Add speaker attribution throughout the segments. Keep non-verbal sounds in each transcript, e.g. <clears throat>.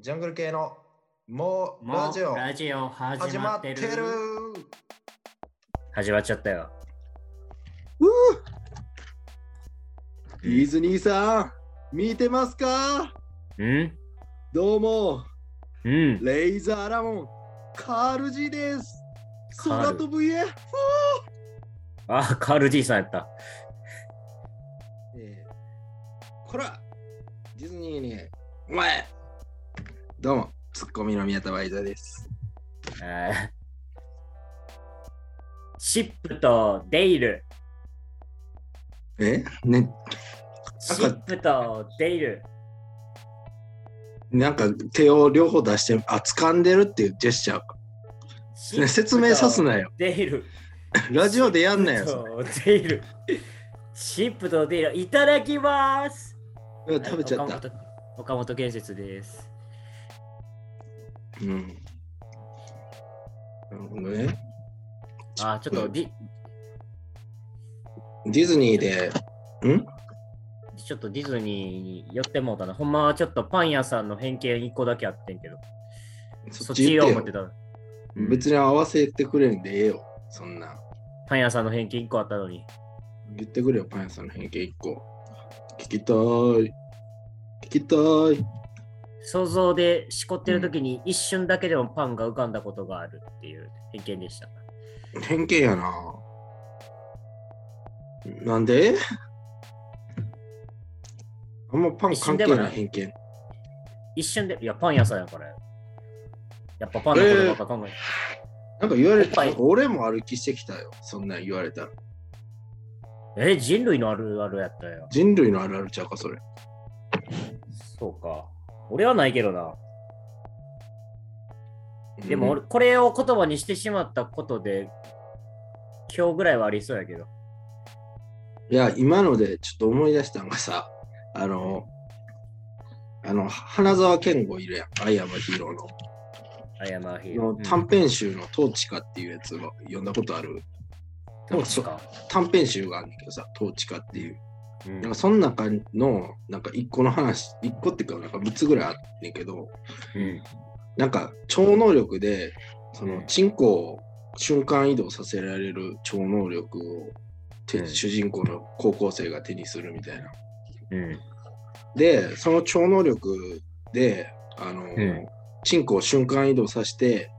Speaker 1: ジャングル系のもう
Speaker 2: もう
Speaker 1: ラジオ
Speaker 2: ラジオ始
Speaker 1: 始
Speaker 2: ま
Speaker 1: ま
Speaker 2: っ
Speaker 1: ってて
Speaker 2: る
Speaker 1: る
Speaker 2: 始まっちゃったよ。
Speaker 3: ディズニーさん、見てますか
Speaker 2: うん
Speaker 3: どうも、
Speaker 2: うん。
Speaker 3: レイザーラモン、カール G です。
Speaker 2: カール
Speaker 3: 空飛ぶ家、
Speaker 2: あ、カール D さんやった。
Speaker 3: えー、こら、ディズニーに、お前どうも、ツッコミの宮田バイザーです。
Speaker 2: えーシップとデイル。
Speaker 3: えね、
Speaker 2: シップとデイル。
Speaker 3: なんか手を両方出して、あ、掴んでるっていうジェスチャー。ね説明さすな
Speaker 2: よ。
Speaker 3: よ。
Speaker 2: デイル。
Speaker 3: ラジオでやんな
Speaker 2: シ
Speaker 3: よ。
Speaker 2: ップとデイル。シップとデイル。いただきます。
Speaker 3: うん食べちゃっ
Speaker 2: はい
Speaker 3: た。
Speaker 2: 岡本岡本建設です。
Speaker 3: うん。なるほどね。
Speaker 2: あ、ちょっとディ、
Speaker 3: ディズニーで、ん
Speaker 2: ちょっとディズニーに寄ってもうたな。ほんまはちょっとパン屋さんの偏見1個だけあってんけど。そっち
Speaker 3: 言
Speaker 2: 言お
Speaker 3: て
Speaker 2: う
Speaker 3: よ
Speaker 2: 思ってた。うん
Speaker 3: 別に合わせてくれんでええよ。そんな。
Speaker 2: パン屋さんの偏見1個あったのに。
Speaker 3: 言ってくれよ、パン屋さんの偏見1個。聞きたい。聞きたい。
Speaker 2: 想像でしこってる時に一瞬だけでもパンが浮かんだことがあるっていう偏見でした。
Speaker 3: 偏見やな。なんであんまパン関係ない偏見。
Speaker 2: 一瞬で、いや、パン屋さんやからや。やっぱパンのことばっか考えて、
Speaker 3: なんか言われ
Speaker 2: おっぱ
Speaker 3: た
Speaker 2: い
Speaker 3: なんか俺も歩きしてきたよ。そんなん言われたら。
Speaker 2: え人類のあるあるやったよ。
Speaker 3: 人類のあるあるちゃうか、それ。
Speaker 2: そうか。俺はないけどな。でも
Speaker 3: うん
Speaker 2: 俺、これを言葉にしてしまったことで、今日ぐらいはありそうやけど。
Speaker 3: いや、今のでちょっと思い出したのがさ、あの、あの、花沢健吾いるやん。アイアムヒーローの。
Speaker 2: アイアマーヒー
Speaker 3: の
Speaker 2: うん
Speaker 3: 短編集の「トーチカ」っていうやつを読んだことあるなんかそ
Speaker 2: か
Speaker 3: 短編集があるんだけどさ「トーチカ」っていう
Speaker 2: うん
Speaker 3: なんかその中のなんか一個の話一個っていうかなんか3つぐらいあんねんけど
Speaker 2: うん
Speaker 3: なんか超能力でそうの
Speaker 2: ん
Speaker 3: チンコを瞬間移動させられる超能力を手
Speaker 2: うん
Speaker 3: 主人公の高校生が手にするみたいな
Speaker 2: うん
Speaker 3: でその超能力であの、
Speaker 2: ん
Speaker 3: チンコを瞬間移動させて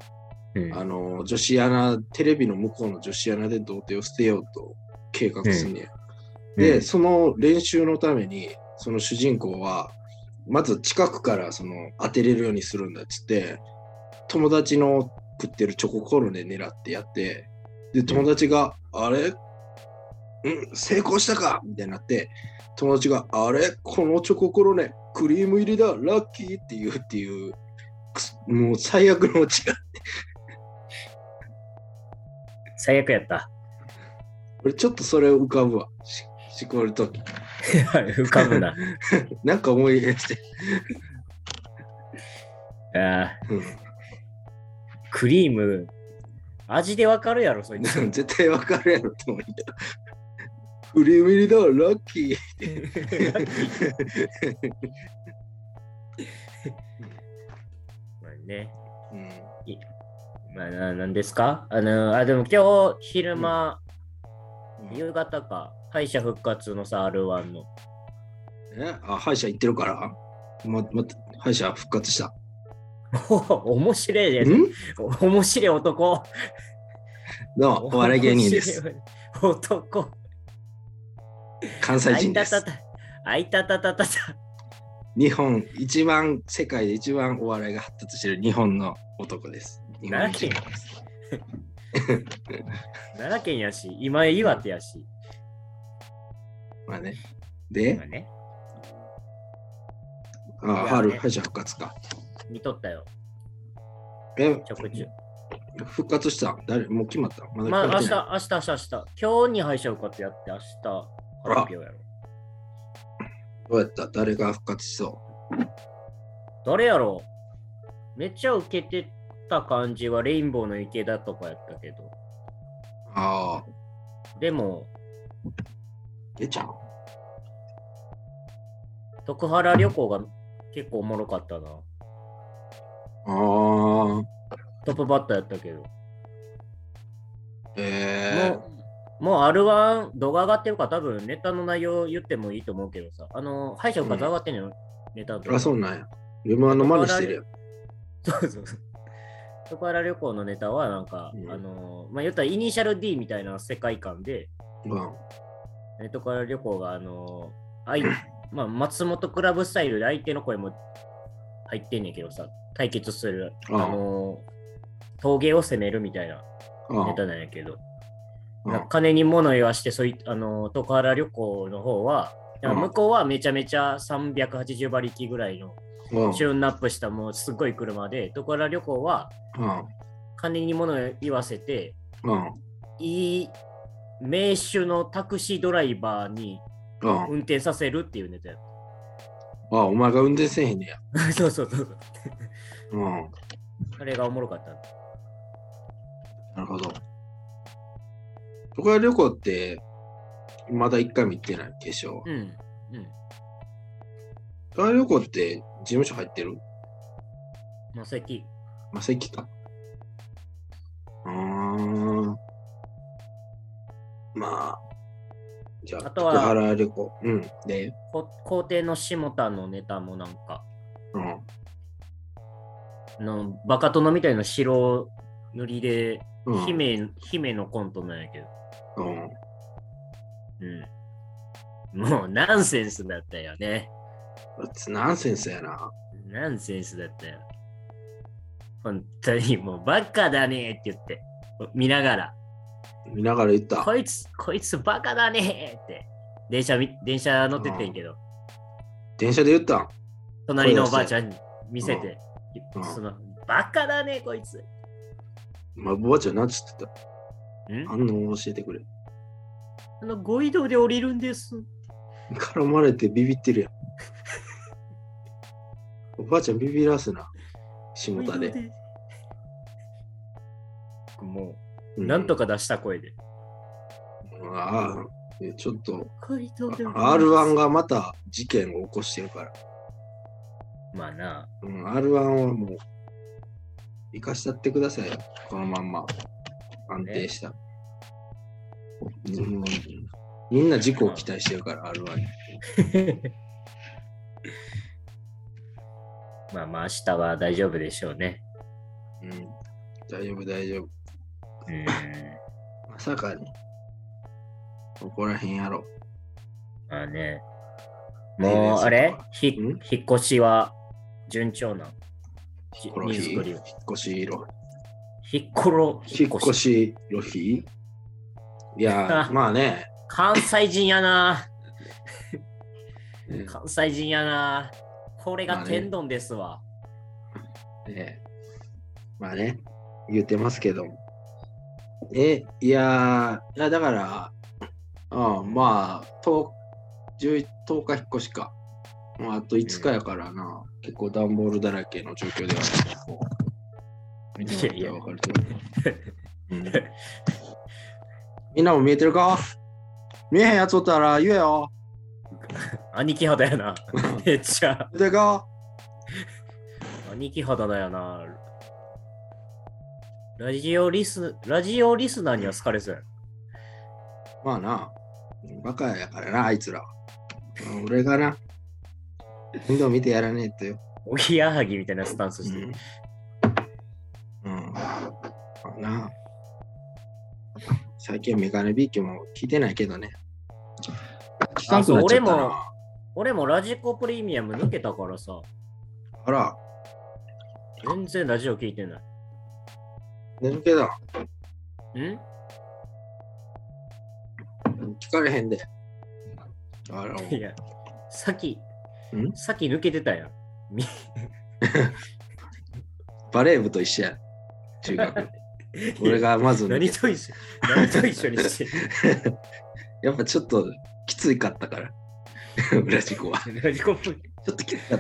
Speaker 2: うん
Speaker 3: あの女子アナテレビの向こうの女子アナで童貞を捨てようと計画すんねや、で、
Speaker 2: うん
Speaker 3: その練習のためにその主人公はまず近くからその当てれるようにするんだっつって友達の食ってるチョココロネ狙ってやってで友達が「あれうん成功したか!」みたいになって友達が「あれこのチョココロネクリーム入りだラッキー!」って言うっていうくすもう最悪のオチが
Speaker 2: 最悪やった。 <laughs>
Speaker 3: 俺ちょっとそれ浮かぶわ。ししこるとき。
Speaker 2: 浮か
Speaker 3: <laughs>
Speaker 2: ぶな。
Speaker 3: なんか思い出して。
Speaker 2: あー
Speaker 3: うん
Speaker 2: クリーム、味でわかるやろ、そい
Speaker 3: で
Speaker 2: つ。
Speaker 3: も <laughs> 絶対わかるやろと思うんだよ。フリーミリだ、ラッキー。
Speaker 2: まあね。
Speaker 3: うん
Speaker 2: まあ、ななんですかあの、あ、でも今日、昼間、夕方か、敗者復活のさ、
Speaker 3: <laughs>
Speaker 2: R1 の。
Speaker 3: えあ、歯医者行ってるから。ま、ま、歯医者復活した。
Speaker 2: お面白いです。
Speaker 3: ん
Speaker 2: お面白い男。
Speaker 3: どうも、お笑い芸人で
Speaker 2: 面
Speaker 3: す。
Speaker 2: 白い男。
Speaker 3: 関西
Speaker 2: あい
Speaker 3: 人で
Speaker 2: たた
Speaker 3: す。
Speaker 2: た。あいたたたたた。
Speaker 3: 日本、一番、世界で一番お笑いが発達してる日本の男です。日本人です。
Speaker 2: 奈良県やし、今岩手やし。
Speaker 3: まあね。で
Speaker 2: 今、ね、
Speaker 3: あ、春、歯医者復活か。
Speaker 2: 見とったよ、
Speaker 3: え、
Speaker 2: ちょくちょく。
Speaker 3: 復活した誰もう決まったま
Speaker 2: まあ、明
Speaker 3: 決
Speaker 2: 日、
Speaker 3: まっ
Speaker 2: 明日、明日、明日。今日に敗者復活やって、明日発表や
Speaker 3: て
Speaker 2: ろ。
Speaker 3: ないどうやった誰が復活しそ
Speaker 2: 誰やろめっちゃ受けてた感じはレインボーの池田とかやったけど。
Speaker 3: うああ、
Speaker 2: でも、
Speaker 3: 出ちゃう
Speaker 2: 徳原旅行が結構おもろかったな。トップバッターやったけど。
Speaker 3: えー、
Speaker 2: もう R1 動画上がってるから多分ネタの内容言ってもいいと思うけどさ。あの、敗者復活上がってんのよ、ネタのとこ
Speaker 3: あ、そうなんや。M1 の真似してるやん。
Speaker 2: そうそうそう。トカラ旅行のネタはなんか、
Speaker 3: うん
Speaker 2: あの、まあ、言ったらイニシャル D みたいな世界観で、
Speaker 3: うん
Speaker 2: ネトカラ旅行があの、
Speaker 3: <laughs>
Speaker 2: あいまあ、松本クラブスタイルで相手の声も入ってんねんけどさ、対決する、あ
Speaker 3: ああ
Speaker 2: の、陶芸を攻めるみたいな
Speaker 3: うん
Speaker 2: ネタなんやけど、
Speaker 3: うん
Speaker 2: なんか金に物言わして、そういあの、トカラ旅行の方は、なんか
Speaker 3: うん
Speaker 2: 向こうはめちゃめちゃ380馬力ぐらいの
Speaker 3: うん
Speaker 2: チューンナップしたもうすごい車で、トカラ旅行は
Speaker 3: うん
Speaker 2: 金に物言わせて、
Speaker 3: うん
Speaker 2: いい名手のタクシードライバーに
Speaker 3: うん
Speaker 2: 運転させるっていうネタやっ
Speaker 3: あ、お前が運転せえへんねや。
Speaker 2: た。 <laughs> そうそうそうそう。
Speaker 3: うん。
Speaker 2: あれがおもろかった。
Speaker 3: なるほど。都会旅行って、まだ一回も行ってない、化粧は。
Speaker 2: うん。うん。
Speaker 3: 都会旅行って、事務所入ってる
Speaker 2: マセキ。
Speaker 3: マセキか。うーん。まあ。じゃあ、
Speaker 2: あとは
Speaker 3: 徳原旅行。うん。で、
Speaker 2: こ皇帝の下田のネタもなんか、
Speaker 3: うん。
Speaker 2: のバカ殿みたいな白塗りで、
Speaker 3: うん。
Speaker 2: 姫、姫のコントなんやけど。
Speaker 3: うん。
Speaker 2: うん。もうナンセンスだったよね。
Speaker 3: ナンセンスやな。
Speaker 2: ナンセンスだったよ。本当にもうバカだねって言って、見ながら。
Speaker 3: 見ながら言った。
Speaker 2: こいつ、こいつバカだねーって。電車み、電車乗ってってんけど、
Speaker 3: 電車で言ったん。
Speaker 2: 隣のおばあちゃんに見せて、
Speaker 3: うん
Speaker 2: その、バカだね、こいつ。ん
Speaker 3: まあ、おばあちゃんなんつってた。反応を教えてくれ。 <laughs>
Speaker 2: あの、ご移動で降りるんです。
Speaker 3: 絡まれてビビってるやん。 <laughs> おばあちゃんビビらすな。下
Speaker 2: ご移動
Speaker 3: 田で。。
Speaker 2: も
Speaker 3: う
Speaker 2: う、なんとか出した声で。
Speaker 3: ああ、えちょっと、
Speaker 2: ご移動で降りるんです
Speaker 3: R1。がまた事件を起こしてるから。
Speaker 2: まあな、 <laughs>
Speaker 3: うん、R1 はもう、生かしちゃってくださいよ。このまんま。安定した。うんみんな事故を期待してるから、R1 に。
Speaker 2: まあまあ、明日は大丈夫でしょうね。
Speaker 3: うん、大丈夫、大丈夫。
Speaker 2: うん。
Speaker 3: まさかに。ここらへんやろ。
Speaker 2: まあね。
Speaker 3: ね
Speaker 2: もう、あ
Speaker 3: そ
Speaker 2: れ
Speaker 3: っか
Speaker 2: ひ
Speaker 3: うん
Speaker 2: 引っ越しは順調なん
Speaker 3: 引っ越し
Speaker 2: 荷造りは
Speaker 3: 引っ越しロ
Speaker 2: 引っころ、
Speaker 3: 引っ越。しロヒいやー、まあね。
Speaker 2: 関西人やな。
Speaker 3: ね
Speaker 2: 関西人やな。これが天丼ですわ。
Speaker 3: ねまあね、言ってますけど。え、いやー、いやだから、うん、まあ、10, 10日引っ越しか。まあ、あと5日やからな、結構段ボールだらけの状況ではあるけど。
Speaker 2: いやいや
Speaker 3: わかると思ううんみんなも見えてるか見えへんやつおったら言えよ。
Speaker 2: 兄貴肌
Speaker 3: <laughs>
Speaker 2: やな。めっちゃ。
Speaker 3: 見えてるか
Speaker 2: 兄貴肌だよな。ラジオリス、ラジオリスナーには好かれそうや
Speaker 3: まあな、バカやからな、あいつらは。うん俺がな、面倒見てやらねえとよ。
Speaker 2: おぎやはぎみたいなスタンスしてる。
Speaker 3: うん。うんなあ最近メガネビーキも聞いてないけどね。聞かんくなっちゃった
Speaker 2: あそう俺も
Speaker 3: な。
Speaker 2: 俺もラジコプレミアム抜けたからさ、
Speaker 3: あら、
Speaker 2: 全然ラジオ聞いてな
Speaker 3: 寝るけど、
Speaker 2: い。ん
Speaker 3: 聞かれへんで。あら、
Speaker 2: いや、さっき
Speaker 3: ん、
Speaker 2: さっき抜けてたやん。み
Speaker 3: バレー部と一緒や。中学。俺がまず抜
Speaker 2: <laughs> 何
Speaker 3: けた、
Speaker 2: と一緒、何と一緒にしてる。
Speaker 3: <laughs> やっぱちょっときついかったから。 <laughs> 裏地子は。
Speaker 2: ラジコプレ
Speaker 3: ちょっときつかっ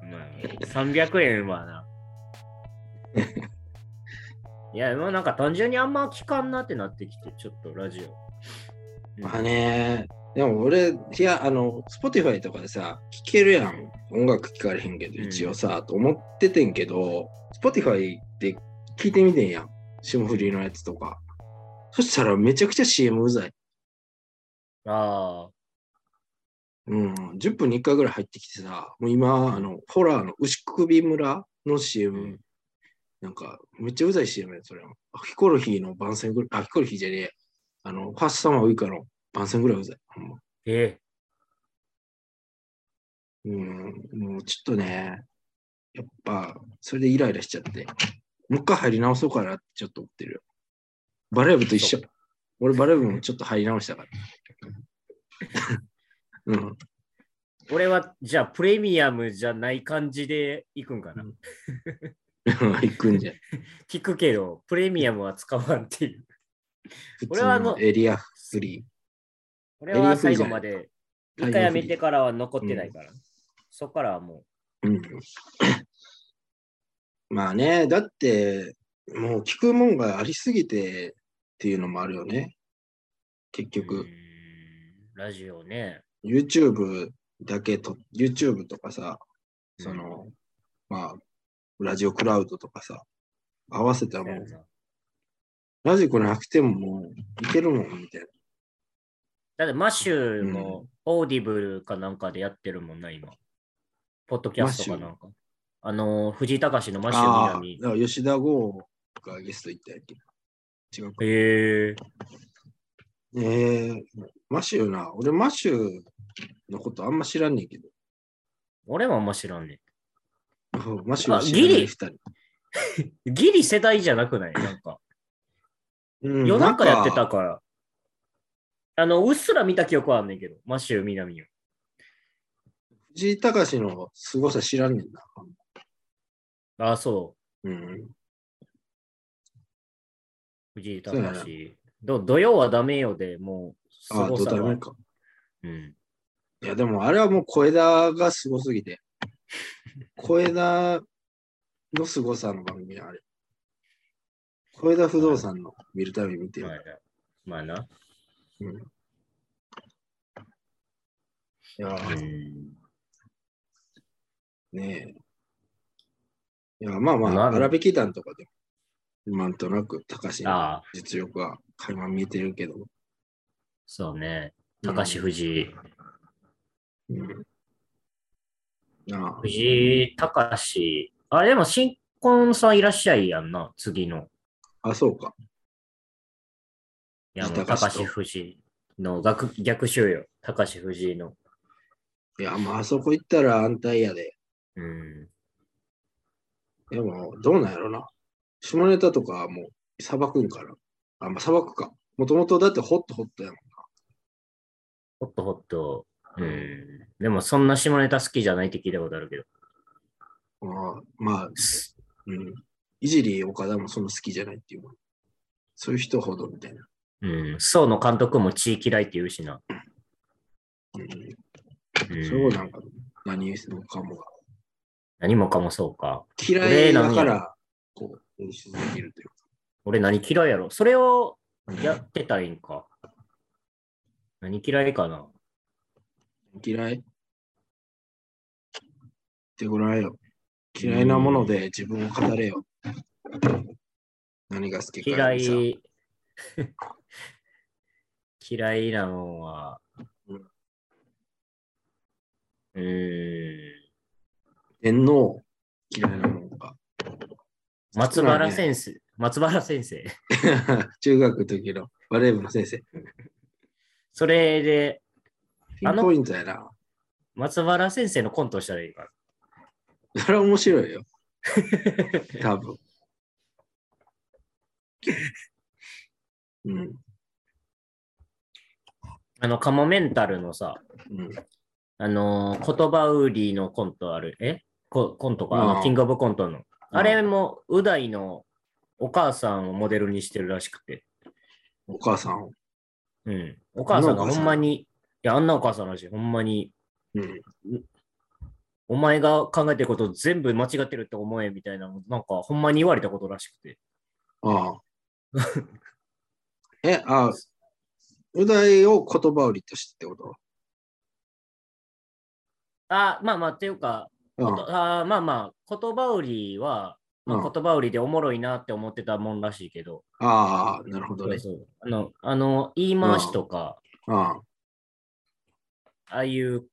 Speaker 3: た。
Speaker 2: まあ、300円
Speaker 3: <laughs>
Speaker 2: はな。いや、もうなんか単純にあんま聞かんなってなってきて、ちょっとラジオ。うん
Speaker 3: まあねでも俺、いや、あの、Spotify とかでさ、聴けるやん。音楽聴かれへんけど、
Speaker 2: うん
Speaker 3: 一応さ、と思っててんけど、Spotify で聞いてみてんやん。霜降りのやつとか。そしたらめちゃくちゃ CM うざい。
Speaker 2: あ
Speaker 3: うん、10分に1回ぐらい入ってきてさ、もう今、あの、ホラーの牛首村の CM、
Speaker 2: うん
Speaker 3: なんか、めっちゃうざい CM やんそれも。ヒコロヒーの番宣ぐらい、あ、ヒコロヒーじゃねえ、あの、ファーストサマーウイカの番宣ぐらいうざい。ほんま
Speaker 2: ーえ
Speaker 3: うん、もうちょっとね、やっぱ、それでイライラしちゃって、もう一回入り直そうかなってちょっと思ってるよ。バレー部と一緒
Speaker 2: そ。
Speaker 3: 俺、バレー部もちょっと入り直したから。 <laughs> うん、
Speaker 2: 俺はじゃあプレミアムじゃない感じで行くんかな、
Speaker 3: うん行くんじゃん。
Speaker 2: 聞くけど、プレミアムは使わんって
Speaker 3: <laughs>
Speaker 2: いう。
Speaker 3: 普
Speaker 2: 俺はあ
Speaker 3: 通
Speaker 2: の
Speaker 3: のエリアフリ
Speaker 2: 俺は最後まで、
Speaker 3: エリアフリーじゃない
Speaker 2: 一回やめてからは残ってないから。そこからはも
Speaker 3: ー。うん、まあね、だって、もう聞くもんがありすぎてっていうのもあるよね。結
Speaker 2: う、
Speaker 3: 局。
Speaker 2: うーんラジオね。
Speaker 3: YouTube だけと、YouTube とかさ、
Speaker 2: うん
Speaker 3: その、まあ、ラジオクラウドとかさ、合わせたらもう、ラジコなくてももう、いけるもん、みたいな。
Speaker 2: だってマッシュもオーディブルかなんかでやってるもんな、今。ポッドキャストかなんか。あの、藤井隆のマッシュ
Speaker 3: ああ
Speaker 2: 南
Speaker 3: ー、。だから吉田豪がゲスト行ったやっけ。違うか。
Speaker 2: へえ
Speaker 3: えー、マシューな、俺マシューのことあんま知らんねんけど、
Speaker 2: 俺もあんま知らんね
Speaker 3: うんマシューは知ら
Speaker 2: あ
Speaker 3: な
Speaker 2: ギ
Speaker 3: い
Speaker 2: リ
Speaker 3: 二人。
Speaker 2: ギリ世代じゃなくないなんか。
Speaker 3: うん
Speaker 2: 夜中やって
Speaker 3: な
Speaker 2: た
Speaker 3: んか
Speaker 2: から。あの、うっすら見た記憶はあんねんけど、マッシュ南を。
Speaker 3: 藤井隆の凄さ知らんねんな。
Speaker 2: ああ、そう。
Speaker 3: うん。
Speaker 2: 藤井
Speaker 3: そうやな
Speaker 2: 隆。ど土曜はダメよでもう、す
Speaker 3: ああ、
Speaker 2: ご
Speaker 3: ド
Speaker 2: さ
Speaker 3: タ
Speaker 2: が
Speaker 3: メ。か。
Speaker 2: うん。
Speaker 3: いや、でもあれはもう小枝がすごすぎて。小枝の凄さの番組あれ。小枝不動産の見るたび見てる。
Speaker 2: まあな。まあな。
Speaker 3: うん、いやー、
Speaker 2: うん。
Speaker 3: ねえ。いや、まあま
Speaker 2: ま
Speaker 3: あ、
Speaker 2: あ
Speaker 3: 荒引き団とかでも、なんとなく、高橋の
Speaker 2: ああ、
Speaker 3: 実力は垣間見えてるけど。
Speaker 2: そうね。高橋藤井。
Speaker 3: うん。なあ、
Speaker 2: 藤井隆。あ、でも新婚さんいらっしゃいやんな、次の。
Speaker 3: あ、そうか。
Speaker 2: いや、もう
Speaker 3: 藤井
Speaker 2: 高
Speaker 3: 隆と
Speaker 2: 橋藤井の逆逆襲よ。高橋藤井の。
Speaker 3: いや、まあ、あそこ行ったら安泰やで。
Speaker 2: うん。
Speaker 3: でも、どうなんやろな。下ネタとかはもう、裁くんから。あ、まあ、裁くか。もともとだってホットホットやもん。
Speaker 2: ほっとほっと。うん。でもそんな下ネタ好きじゃないって聞いたことあるけど。
Speaker 3: ああまあ、うん。いじり岡田もそんな好きじゃないっていうもん。そういう人ほどみたいな。
Speaker 2: うん。そうの監督も血嫌いって言うしな。
Speaker 3: うん。
Speaker 2: うん、
Speaker 3: そうなんか、何言うのかもが。
Speaker 2: 何もかもそうか。
Speaker 3: 嫌いだから、こう、演出できるというか。
Speaker 2: 俺何嫌いやろそれをやってたらいいんか。何嫌いかな
Speaker 3: 嫌いってごらんよ。嫌いなもので自分を語れよ。何が好きか。
Speaker 2: 嫌。い。 <laughs> 嫌いなもんは。
Speaker 3: うん
Speaker 2: うーん。
Speaker 3: 天皇、嫌いなものか。
Speaker 2: 松原先生。松原先生。
Speaker 3: <laughs> 中学の時のバレー部の先生。
Speaker 2: それで、
Speaker 3: ピ
Speaker 2: あ
Speaker 3: ン
Speaker 2: の
Speaker 3: ポイントやな。
Speaker 2: 松原先生のコントしたらいいから。
Speaker 3: それは面白い
Speaker 2: <laughs>
Speaker 3: よ。多分。うん。
Speaker 2: あの、カモメンタルのさ、
Speaker 3: うん。
Speaker 2: あのー、言葉売りのコントある。えココントか、あ
Speaker 3: う
Speaker 2: の、
Speaker 3: ん
Speaker 2: キングオブコントの。あれも、う大のお母さんをモデルにしてるらしくて。
Speaker 3: お母さんを。
Speaker 2: うん。お母さんが
Speaker 3: あのお母さん
Speaker 2: ほんまに、いや、あんなお母さんらしい。ほんまに、
Speaker 3: うん。
Speaker 2: お前が考えてること全部間違ってるって思えみたいなの、なんか、ほんまに言われたことらしくて。 <laughs>
Speaker 3: ああ。え、ああ。う大を言葉売りとしてってこと
Speaker 2: あ、まあまあ、っていうか、
Speaker 3: う
Speaker 2: ことあーまあまあ、言葉売りは、ま
Speaker 3: う
Speaker 2: あ、
Speaker 3: ん
Speaker 2: 言葉売りでおもろいなって思ってたもんらしいけど、
Speaker 3: ああ、なるほどね。
Speaker 2: そうそうあのあの言い回しとか、
Speaker 3: あ
Speaker 2: ああいう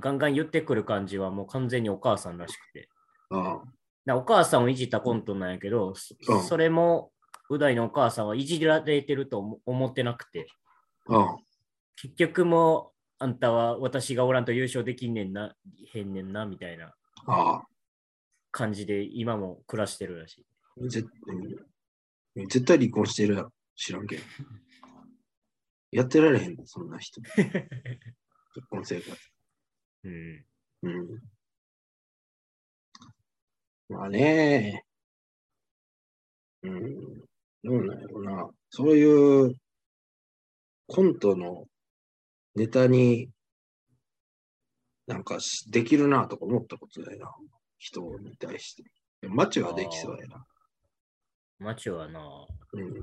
Speaker 2: ガンガン言ってくる感じはもう完全にお母さんらしくて。
Speaker 3: あ、あ
Speaker 2: なお母さんをいじったコントなんやけど、そ
Speaker 3: うん
Speaker 2: それもう大のお母さんはいじられてると思思ってなくて、
Speaker 3: あ、あ
Speaker 2: 結局もうあんたは私がおらんと優勝できんねんな、へんねんなみたいな
Speaker 3: あ、ああ。
Speaker 2: 感じで今も暮らしてるらしい。
Speaker 3: 絶うん絶対離婚してるやろ。知らんけど。やってられへん、そんな人。結婚生活。
Speaker 2: うん、
Speaker 3: うん。まあね。うん。どうなんやろな。そういうコントのネタになんかしできるなとか思ったことないな。人に対して。でもマッチはできそうやな。
Speaker 2: マチョはな、
Speaker 3: うん。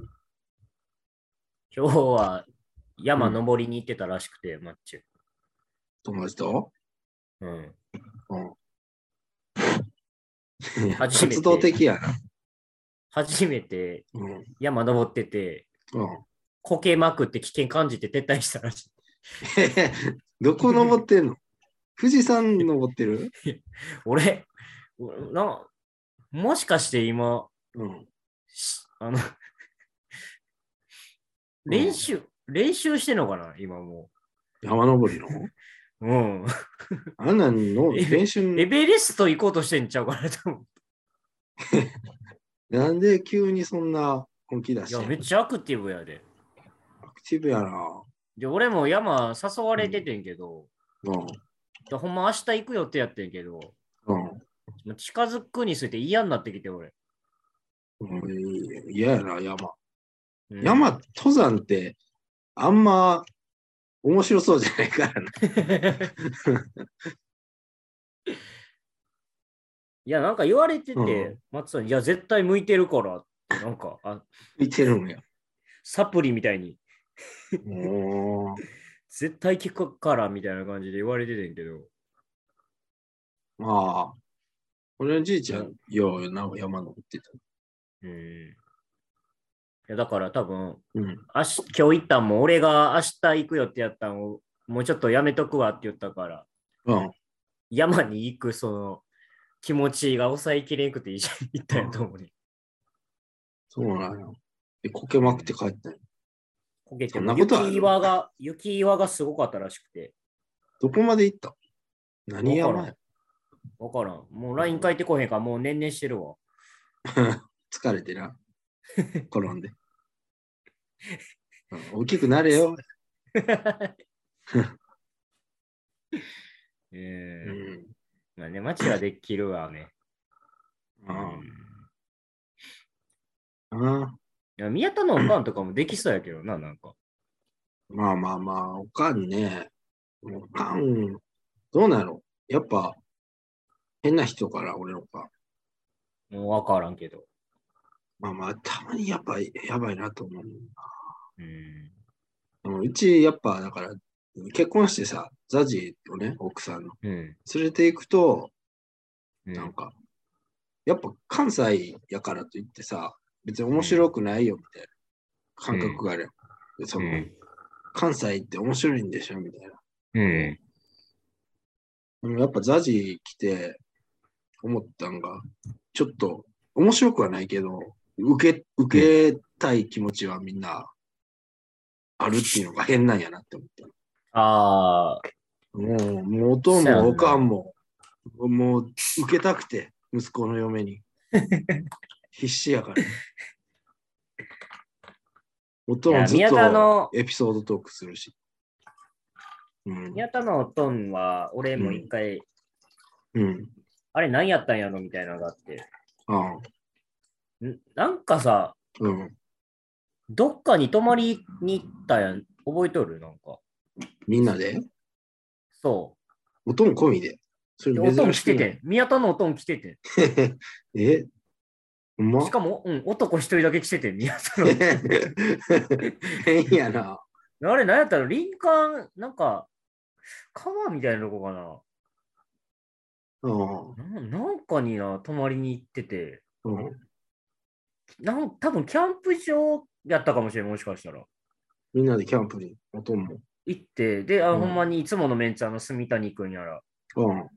Speaker 2: 今日は山登りに行ってたらしくて、マッチョ。
Speaker 3: 友達と
Speaker 2: うん。
Speaker 3: うん。
Speaker 2: 初めて
Speaker 3: 活動的やな。
Speaker 2: 初めて
Speaker 3: うん。 <laughs> うん。
Speaker 2: 山登ってて、こけまくって危険感じて撤退したらしい。 <laughs>
Speaker 3: どこ登ってんの富士山登ってる
Speaker 2: 俺、俺なもしかして今、
Speaker 3: うん。
Speaker 2: しあの、練習、練習してんのかな今も
Speaker 3: 山登りの
Speaker 2: う。 <laughs> うん。
Speaker 3: あんなんの練習
Speaker 2: エベレスト行こうとしてんちゃうかなと思
Speaker 3: なんで急にそんな本気出
Speaker 2: う。い
Speaker 3: し
Speaker 2: や、
Speaker 3: て
Speaker 2: めっちゃアクティブやで。
Speaker 3: アクティブやな。
Speaker 2: で、俺も山誘われててんけど、
Speaker 3: うん。
Speaker 2: でほんま明日行く予定やってんけど、もう近づくについて嫌になってきて、俺。
Speaker 3: うん。うん嫌やな、山。
Speaker 2: うん
Speaker 3: 山、登山って、あんま面白そうじゃないからな。
Speaker 2: <laughs> いや、なんか言われてて、
Speaker 3: う
Speaker 2: 松さん、いや、絶対向いてるからって、なんか、あ
Speaker 3: 見てるん
Speaker 2: <laughs>
Speaker 3: や。
Speaker 2: サプリみたいに、
Speaker 3: おー
Speaker 2: 絶対効くからみたいな感じで言われててんけど、
Speaker 3: まあ、俺のじいちゃん、よう、な山登ってた。
Speaker 2: うん。いや、だから多分、
Speaker 3: うん。
Speaker 2: 明日、今日行ったんも、俺が明日行くよってやったんを、もうちょっとやめとくわって言ったから、
Speaker 3: うん。
Speaker 2: 山に行く、その、気持ちが抑えきれんくて一緒に行ったんやと思うね。
Speaker 3: そうなんや。で、こけまくって帰ったんや
Speaker 2: こけて
Speaker 3: そんな
Speaker 2: も
Speaker 3: ことある
Speaker 2: 雪岩が、雪岩がすごかったらしくて、
Speaker 3: どこまで行った何山や
Speaker 2: わからん。もう LINE 書いてこへんから、もう年々してるわ。
Speaker 3: 疲れて <laughs> な。転んで。うん大きくなれよ。
Speaker 2: え
Speaker 3: う
Speaker 2: ー
Speaker 3: ん。
Speaker 2: まあね、街はできるわね。
Speaker 3: う
Speaker 2: うん
Speaker 3: んあ
Speaker 2: いや宮田のおかんとかもできそうやけどな、なんか。
Speaker 3: ーまあまあまあ、おかんね。おかん、どうなのやっぱ、変な人から、俺のおかん。
Speaker 2: もうわからんけど。
Speaker 3: まあまあ、たまにやっぱ、やばいなと思う。
Speaker 2: うん。
Speaker 3: でもうち、やっぱ、だから、結婚してさ、ザジをね、奥さんの、
Speaker 2: うん。
Speaker 3: 連れて行くと、
Speaker 2: うん
Speaker 3: なんか、やっぱ関西やからといってさ、別に面白くないよみたいな感覚があるやん。でその、
Speaker 2: うん
Speaker 3: 関西って面白いんでしょみたいな。
Speaker 2: うん。
Speaker 3: でもやっぱザジ来て思ったんが、ちょっと面白くはないけど、受け、受けたい気持ちはみんなあるっていうのが変なんやなって思った。
Speaker 2: ああ、
Speaker 3: もう、もうおとん
Speaker 2: そうやんな
Speaker 3: もおかんも、もう受けたくて、息子の嫁
Speaker 2: <laughs>
Speaker 3: に。必死やから。おと
Speaker 2: い
Speaker 3: ん
Speaker 2: や
Speaker 3: ずっ
Speaker 2: 宮田の
Speaker 3: とエピソードトークするし。うん。
Speaker 2: 宮田のおとんは、俺も一回、
Speaker 3: うん。
Speaker 2: あれ何やったんやろみたいなのがあって。
Speaker 3: ああ
Speaker 2: んなんかさ、
Speaker 3: うん。
Speaker 2: どっかに泊まりに行ったやん。覚えとるなんか。
Speaker 3: みんなで
Speaker 2: そ。
Speaker 3: おとん込みで。そう
Speaker 2: で
Speaker 3: れ
Speaker 2: おとん
Speaker 3: 珍
Speaker 2: 来
Speaker 3: しく
Speaker 2: て
Speaker 3: な
Speaker 2: てん。宮田のおとん来ててん。
Speaker 3: い。えほんま
Speaker 2: しかも、うん、男一人だけ来ててん。宮田 <laughs> の。
Speaker 3: <laughs> 変やな。
Speaker 2: あれ、なんやったら、林間、なんか、川みたいなとこかな。
Speaker 3: うん。
Speaker 2: ななんかにな、泊まりに行ってて、
Speaker 3: うん。
Speaker 2: なん多分キャンプ場やったかもしれん、もしかしたら。
Speaker 3: みんなでキャンプにおとんも。
Speaker 2: 行って、で、あ、
Speaker 3: うん
Speaker 2: ほんまにいつものメンツ、あの、住谷君やら。
Speaker 3: うん。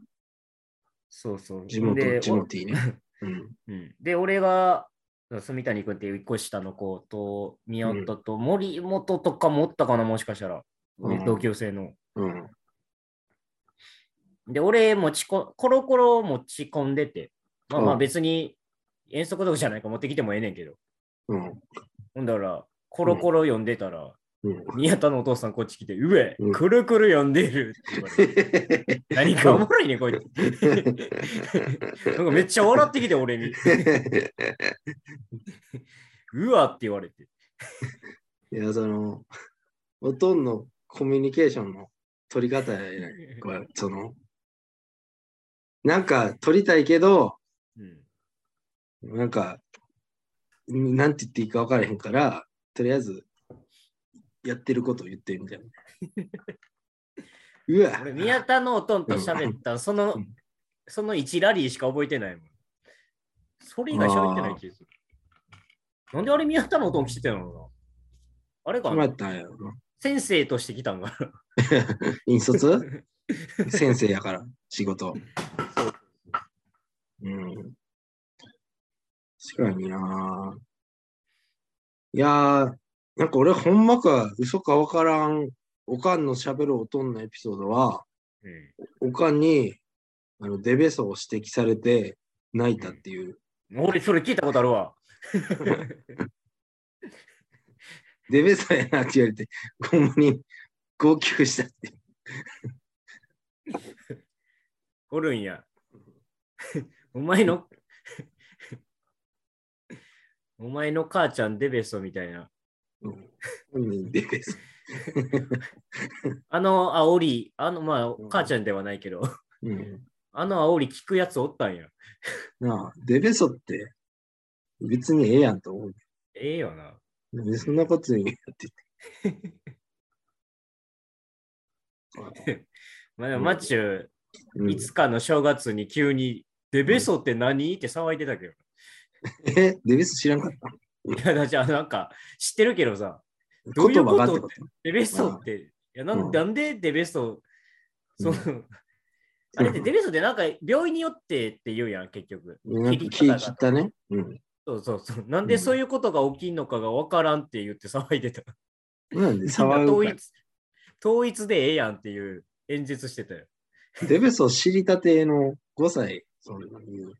Speaker 2: そうそう。
Speaker 3: 地元、
Speaker 2: で
Speaker 3: 地元いい
Speaker 2: <laughs>
Speaker 3: ね。うん。
Speaker 2: うん、で、俺が、住谷君っていう一個下の子と、宮田と、森本とかもおったかな、もしかしたら。
Speaker 3: うん
Speaker 2: 同級生の。
Speaker 3: うん。
Speaker 2: で、俺持ちこ、コロコロ持ち込んでて、まあま
Speaker 3: う
Speaker 2: あ
Speaker 3: ん
Speaker 2: 別に遠足とかじゃないから持ってきてもええねんけど。
Speaker 3: うん。
Speaker 2: ほんだら、コロコロ読んでたら、
Speaker 3: うん。
Speaker 2: 宮田のお父さんこっち来て、うえ
Speaker 3: うん、
Speaker 2: くるくる読んでるって言われて。何かおもろいね、こいつ。なんかめっちゃ笑ってきて、俺に。うわって言われて。
Speaker 3: <laughs> いや、その、ほとんどコミュニケーションの取り方やねこれその、なんか取りたいけど、
Speaker 2: うん、
Speaker 3: なんか、なんて言っていいか分からへんから、とりあえず、やってることを言ってみたい <laughs> な。うわ
Speaker 2: 俺、宮田のおとんと喋った、その
Speaker 3: うん、
Speaker 2: その1ラリーしか覚えてないもん。それ以外喋ってない気がする。なんであれ宮田のおとん来てたのかなあれか
Speaker 3: 決ま
Speaker 2: な
Speaker 3: ったんやろな。
Speaker 2: 先生として来たんか
Speaker 3: 引率先生やから、仕事。うん。確かにないやー、なんか俺、ほんまか、嘘かわからん、おかんの喋るおとんのエピソードは、
Speaker 2: な、
Speaker 3: おかんに、あの、デベソを指摘されて、泣いたっていう。
Speaker 2: うん、俺、それ聞いたことあるわ。
Speaker 3: デベソやなって言われて、ほんまに、号泣したっていう。
Speaker 2: おるんや。 <laughs> お
Speaker 3: <laughs>
Speaker 2: 前のお前の母ちゃんデベソみたいな。
Speaker 3: うん本人デベソ。
Speaker 2: あの煽り、あのま
Speaker 3: ん
Speaker 2: あ母ちゃんではないけど、 <laughs>
Speaker 3: うん。
Speaker 2: あの煽り聞くやつおったんや。
Speaker 3: なあ、デベソって、別にええやんと思う。
Speaker 2: ええよな。 <laughs>
Speaker 3: なんでそんなこと言うんやって
Speaker 2: まあでも
Speaker 3: うん
Speaker 2: マッチュ、
Speaker 3: 言って。
Speaker 2: <laughs> いつかの正月に急にデベソって何って騒いでたけど。
Speaker 3: うんえ、デベソ知らんかっ
Speaker 2: いや、だってあのなんか知ってるけどさ、
Speaker 3: た
Speaker 2: どうい
Speaker 3: 言
Speaker 2: う
Speaker 3: 葉
Speaker 2: こと
Speaker 3: がってこと
Speaker 2: デベソって、いやなん
Speaker 3: うん
Speaker 2: なんでデベソ、その、
Speaker 3: う
Speaker 2: あれってデベソってなんか病院によってって言うやん、結局。
Speaker 3: なんか聞い切ったね。うん。
Speaker 2: そうそうそう。なんでそういうことが起きんのかが分からんって言って騒いでた。
Speaker 3: なんで
Speaker 2: みんな
Speaker 3: 騒
Speaker 2: 統
Speaker 3: ぐか
Speaker 2: 一、統一でええやんっていう演説してたよ。
Speaker 3: ら。デベソ知りたての5歳、そんな言う。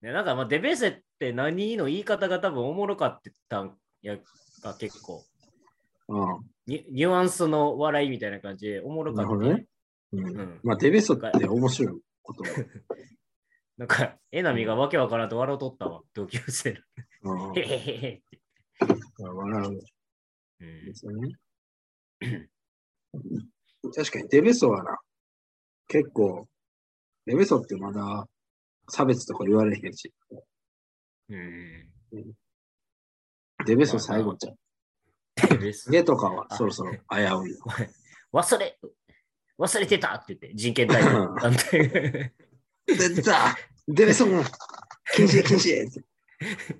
Speaker 2: ね、なんかまあデベセって何の言い方が多分おもろかったんやが結構
Speaker 3: ああ
Speaker 2: ニュ。ニュアンスの笑いみたいな感じでおもろかった、
Speaker 3: なるほどねう、
Speaker 2: うんん。
Speaker 3: まあ、デベソって面白い
Speaker 2: <laughs>
Speaker 3: こと。
Speaker 2: なんか、えなみがわけわからんと笑うとったわ、同級生
Speaker 3: うん <laughs>
Speaker 2: の。へへへへ。
Speaker 3: 笑うん
Speaker 2: うん
Speaker 3: ですよね。確かにデベソはな、結構、デベソってまだ差別とか言われへんし、
Speaker 2: うん。
Speaker 3: デベソ最後じゃん。
Speaker 2: デベソ
Speaker 3: ゲとかはそろそろ危ういよ。
Speaker 2: 忘れ、忘れてたって言って、人権大
Speaker 3: うん
Speaker 2: 会。
Speaker 3: 出たデベソも禁止禁止って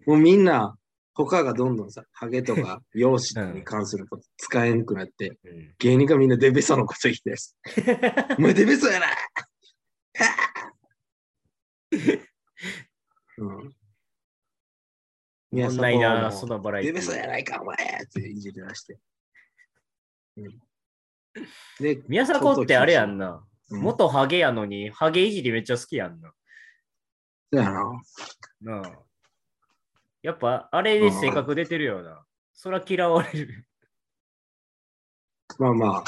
Speaker 3: もうみんな、他がどんどんさ、ハゲと
Speaker 2: <laughs>
Speaker 3: か容姿に関すること使えなくなって、
Speaker 2: うん
Speaker 3: 芸人がみんなデベソのこと言ってす。お前デベソやなうん。宮
Speaker 2: こん
Speaker 3: 迫
Speaker 2: ない
Speaker 3: はも
Speaker 2: な、
Speaker 3: う
Speaker 2: そのバラエ
Speaker 3: デ
Speaker 2: ティ
Speaker 3: ベソやないか、お前っていじり出して。うん、で、
Speaker 2: 宮迫ってあれやんな。
Speaker 3: うん
Speaker 2: 元ハゲやのに、ハゲいじりめっちゃ好きやんな。
Speaker 3: そうやな。
Speaker 2: なあ。やっぱ、あれで性格出てるよな。そら嫌われる。
Speaker 3: まあまあ、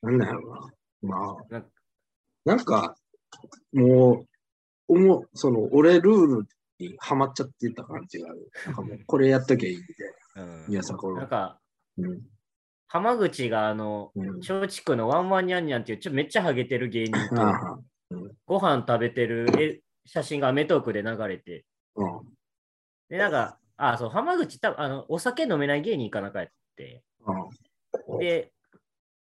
Speaker 3: なんだろうな。まあ、
Speaker 2: なんか
Speaker 3: なんか、もう、おもその俺ルールにはまっちゃってた感じがある。なんかもう、これやっときゃいいみたい
Speaker 2: うん
Speaker 3: な、宮迫
Speaker 2: なん
Speaker 3: は。
Speaker 2: か、
Speaker 3: うん
Speaker 2: 浜口があの、
Speaker 3: うん
Speaker 2: 松竹のワンワンニャンニャンっていう、ちょめっちゃハゲてる芸人
Speaker 3: あ
Speaker 2: と、
Speaker 3: あ
Speaker 2: ご飯食べてるえ写真がアメトークで流れて、
Speaker 3: うん
Speaker 2: で、なんか、あ、そう、浜口、たあのお酒飲めない芸人かなんかやって、
Speaker 3: うん
Speaker 2: で、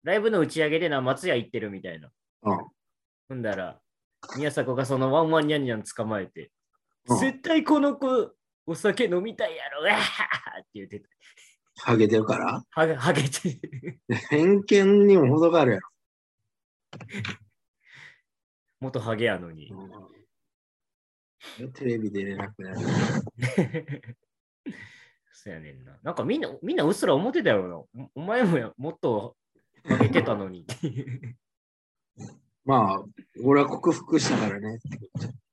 Speaker 2: ライブの打ち上げでな、松屋行ってるみたいな。
Speaker 3: うん
Speaker 2: ほんだら、宮迫がそのワンワンニャンニャン捕まえて、
Speaker 3: うん
Speaker 2: 絶対この子、お酒飲みたいやろ、うわーって言ってた、
Speaker 3: ハゲてるから
Speaker 2: はげはげてる、
Speaker 3: 偏見にも程があるや
Speaker 2: 元ハゲやのに。
Speaker 3: ろ。テレビ出れなくなる。
Speaker 2: そうやねんな。なんかみんな、みんなうっすら思ってたやろな。おお前もやもっとハゲてたのに。
Speaker 3: まあ、俺は克服したからね。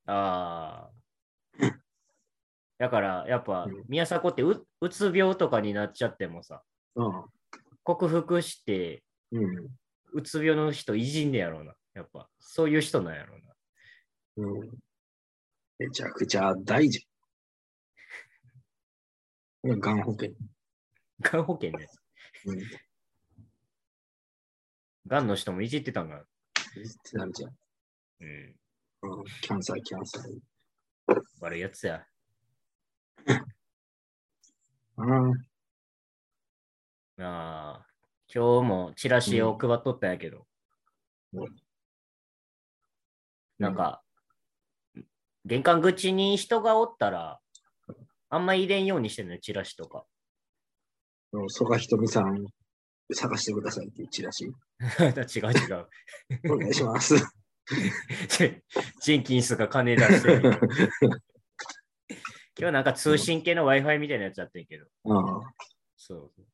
Speaker 2: ああ。だから、やっぱ
Speaker 3: うん、
Speaker 2: 宮迫ってううつ病とかになっちゃってもさ、
Speaker 3: うん。
Speaker 2: 克服して、
Speaker 3: うん。
Speaker 2: うつ病の人いじんねやろうな。やっぱ、そういう人なんやろうな。
Speaker 3: うん、めちゃくちゃ大事。がん保険。
Speaker 2: がん保険ね。
Speaker 3: うん。い
Speaker 2: がんの人もいじってたんだ。
Speaker 3: つなるじゃん。
Speaker 2: うん。
Speaker 3: うん。キャンサー、キャンサー。
Speaker 2: 悪いやつや。
Speaker 3: あ
Speaker 2: ああ。今日もチラシを配っとったんやけど。
Speaker 3: うん
Speaker 2: なんか、玄関口に人がおったら、あんま入れんようにしてんのよ、チラシとか。 <laughs>
Speaker 3: あ、もう曽我ひとみさん、探してくださいっていうチラシ。
Speaker 2: 違う違う。 <laughs>
Speaker 3: お願いします。
Speaker 2: ジェンキンスが金出してる。
Speaker 3: <laughs>
Speaker 2: 今日なんか通信系の Wi-Fi みたいなやつだったんやけど。
Speaker 3: うん。
Speaker 2: そう。
Speaker 3: う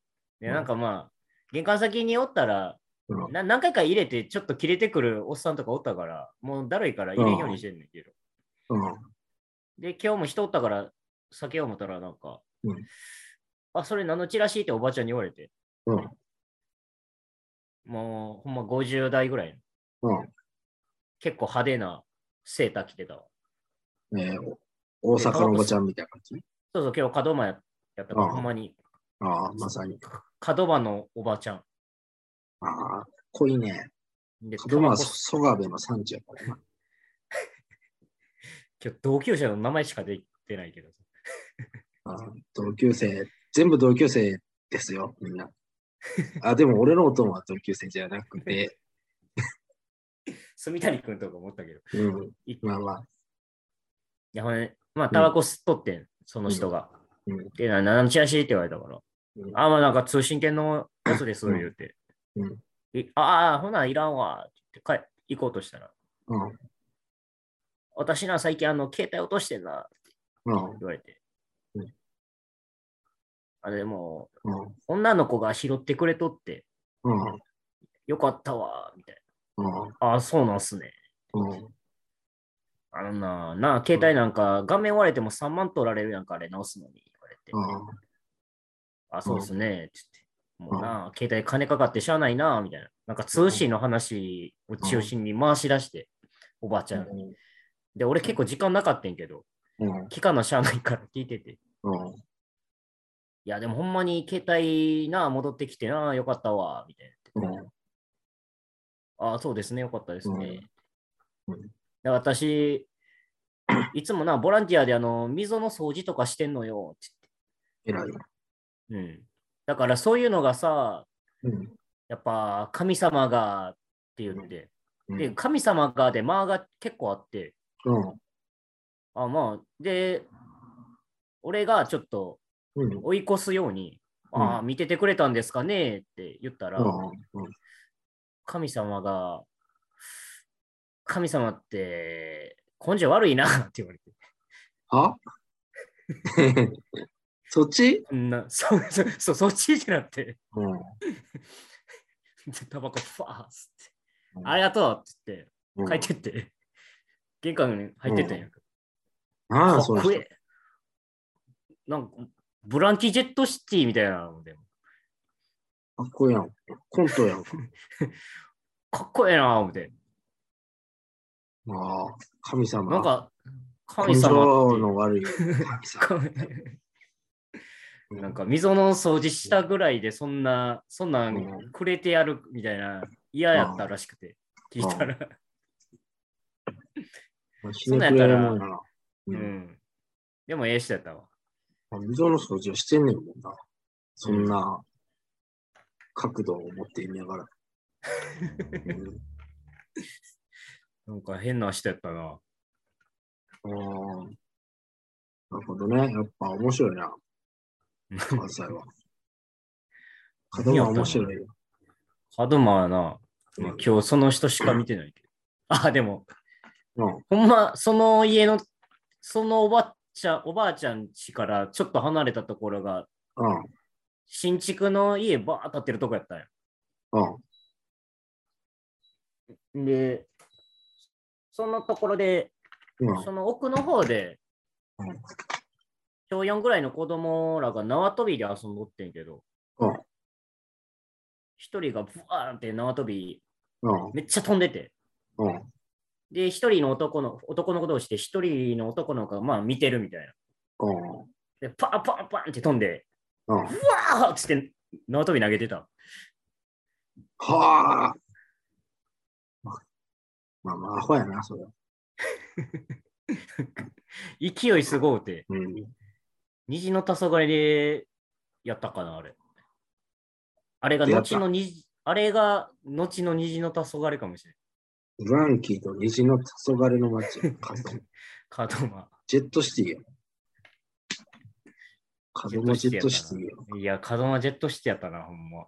Speaker 2: で、
Speaker 3: ん
Speaker 2: なんかまあ、玄関先におったら、
Speaker 3: うん
Speaker 2: な何回か入れて、ちょっと切れてくるおっさんとかおったから、もうだるいから入れんようにしてんねんけど。
Speaker 3: うん。
Speaker 2: で、今日も人おったから、酒を思ったらなんか、
Speaker 3: うん
Speaker 2: あ、それ何のチラシっておばちゃんに言われて、
Speaker 3: うん。
Speaker 2: もうほんま50代ぐらいの、
Speaker 3: う
Speaker 2: 結構派手なセーター着てたわ。
Speaker 3: ん。えーお大阪のおばちゃんみたいな感じ。
Speaker 2: そうそう、今日門間やったから、
Speaker 3: うん
Speaker 2: ほんまに
Speaker 3: ああ、まさに。
Speaker 2: 角場のおばちゃん。
Speaker 3: ああ、濃いね。
Speaker 2: で、
Speaker 3: 子供は
Speaker 2: タバコ
Speaker 3: そ曽我部の産地やからな。
Speaker 2: 今日同級者の名前しか出てないけど。
Speaker 3: ああ同級生、全部同級生ですよ、みんな。あ、でも俺のおとんは同級生じゃなくて、
Speaker 2: 住谷君とか思ったけど。
Speaker 3: うん、
Speaker 2: いい
Speaker 3: まあまあ、
Speaker 2: や、ほんでまあ、タバコ吸っとってん、その人が。
Speaker 3: うんうん
Speaker 2: で、な何のチラシって言われたから。
Speaker 3: うん
Speaker 2: あ、まあなんか通信券のやつです、
Speaker 3: うん
Speaker 2: 言うて。
Speaker 3: うん
Speaker 2: いああ、ほな、いらんわ。って帰行こうとしたら。
Speaker 3: うん、
Speaker 2: 私な、最近あの、携帯落としてんな、
Speaker 3: うん、
Speaker 2: 言われて。
Speaker 3: うん
Speaker 2: あれ、でも
Speaker 3: うん、
Speaker 2: 女の子が拾ってくれとって、
Speaker 3: うん、
Speaker 2: よかったわ、みたい
Speaker 3: うん、
Speaker 2: な。ああ、そうなんすね。
Speaker 3: うん、
Speaker 2: あのな、なあ、携帯なんか画面割れても3万取られるやんか、あれ直すのに。言われて。
Speaker 3: うん、
Speaker 2: あ、そうですね。つって。もうなあ、携帯金かかってしゃあないな、みたいな。なんか通信の話を中心に回し出して、おばあちゃん。で、俺結構時間なかったんけど、
Speaker 3: うん、
Speaker 2: 聞かなしゃあないから <laughs> 聞いてて。い
Speaker 3: うん、
Speaker 2: や、でもほんまに携帯なあ、戻ってきてなあ、よかったわ、みたい
Speaker 3: うん、
Speaker 2: な。あ、そうですね、よかったですね。
Speaker 3: うんうん
Speaker 2: で私、いつもな、ボランティアであの、溝の掃除とかしてんのよ、つって。
Speaker 3: 偉いな。
Speaker 2: うん。だからそういうのがさ、
Speaker 3: うん、
Speaker 2: やっぱ神様がって言って、
Speaker 3: うん、
Speaker 2: で、神様がで間が結構あって、
Speaker 3: うん、
Speaker 2: あ、まあ、で、俺がちょっと
Speaker 3: うん、うん、
Speaker 2: 追い越すように、
Speaker 3: うん
Speaker 2: ああ、見ててくれたんですかねって言ったら、
Speaker 3: うん、
Speaker 2: 神様が、神様って根性悪いなって言われて、
Speaker 3: はそっち
Speaker 2: うんな、そう、そう、そうそっちじゃなくて、 <laughs>
Speaker 3: うん、
Speaker 2: でタバコファーっつって、
Speaker 3: うん
Speaker 2: ありがとうって言って、
Speaker 3: うん
Speaker 2: 帰ってって、玄関に入ってったんやんか。
Speaker 3: あ
Speaker 2: か
Speaker 3: あ、
Speaker 2: っ
Speaker 3: そう
Speaker 2: こええなんか、ブランキー・ジェット・シティみたいなのでも、
Speaker 3: かっこいいやん。コントやんか。
Speaker 2: かっこええなぁ、思って。
Speaker 3: ああ、神様。
Speaker 2: なんか、神
Speaker 3: 感
Speaker 2: 様
Speaker 3: 情
Speaker 2: っ
Speaker 3: の悪い神様。
Speaker 2: て。 <laughs> なんか、溝の掃除したぐらいで、そんな、そんなんくれてやるみたいな、嫌やったらしくて、聞いたら。
Speaker 3: ひねくれるもんやな。う。
Speaker 2: うんん。でも、ええ人やったわ。
Speaker 3: 溝の掃除をしてんねんもんな。そんな <laughs> 角度を持っていながら。うん
Speaker 2: なんか変な人やったな。
Speaker 3: あーなるほどね。やっぱ面白いな、関西 <laughs> は。角が面白いよ。
Speaker 2: ハドマーな、まあ今日その人しか見てないけど。 <laughs> あ、でも、
Speaker 3: うん、
Speaker 2: ほんま、その家の、そのおばあちゃん、おばあちゃん家からちょっと離れたところが、
Speaker 3: うん、
Speaker 2: 新築の家ばーっと建ってるとこやったんよ。
Speaker 3: うん。
Speaker 2: で、そのところで、
Speaker 3: うん
Speaker 2: その奥の方で
Speaker 3: うん、
Speaker 2: 小4ぐらいの子供らが縄跳びで遊んどってんけど
Speaker 3: うん、
Speaker 2: 一人がブワーンって縄跳び、
Speaker 3: うん、
Speaker 2: めっちゃ飛んでて、
Speaker 3: うん、
Speaker 2: で、一人の男の、男の子同士で一人の男の子がまあ見てるみたいな。
Speaker 3: うん、
Speaker 2: で、パンパンパンって飛んで、
Speaker 3: うん。
Speaker 2: わーっつって縄跳び投げてた。
Speaker 3: はあ。まあまあ、アホやな、それは。
Speaker 2: 勢いすごうて、
Speaker 3: うん。
Speaker 2: 虹の黄昏でやったかな、あれ。あれが
Speaker 3: やった
Speaker 2: 後の虹、あれが後の虹の黄昏かもしれん。
Speaker 3: ブランキーと虹の黄昏の
Speaker 2: <laughs>
Speaker 3: 街や。
Speaker 2: カードマ
Speaker 3: ジェットシティや。風もジェットシティや。
Speaker 2: ン。いや、カードマジェットシティやったな、ほんま。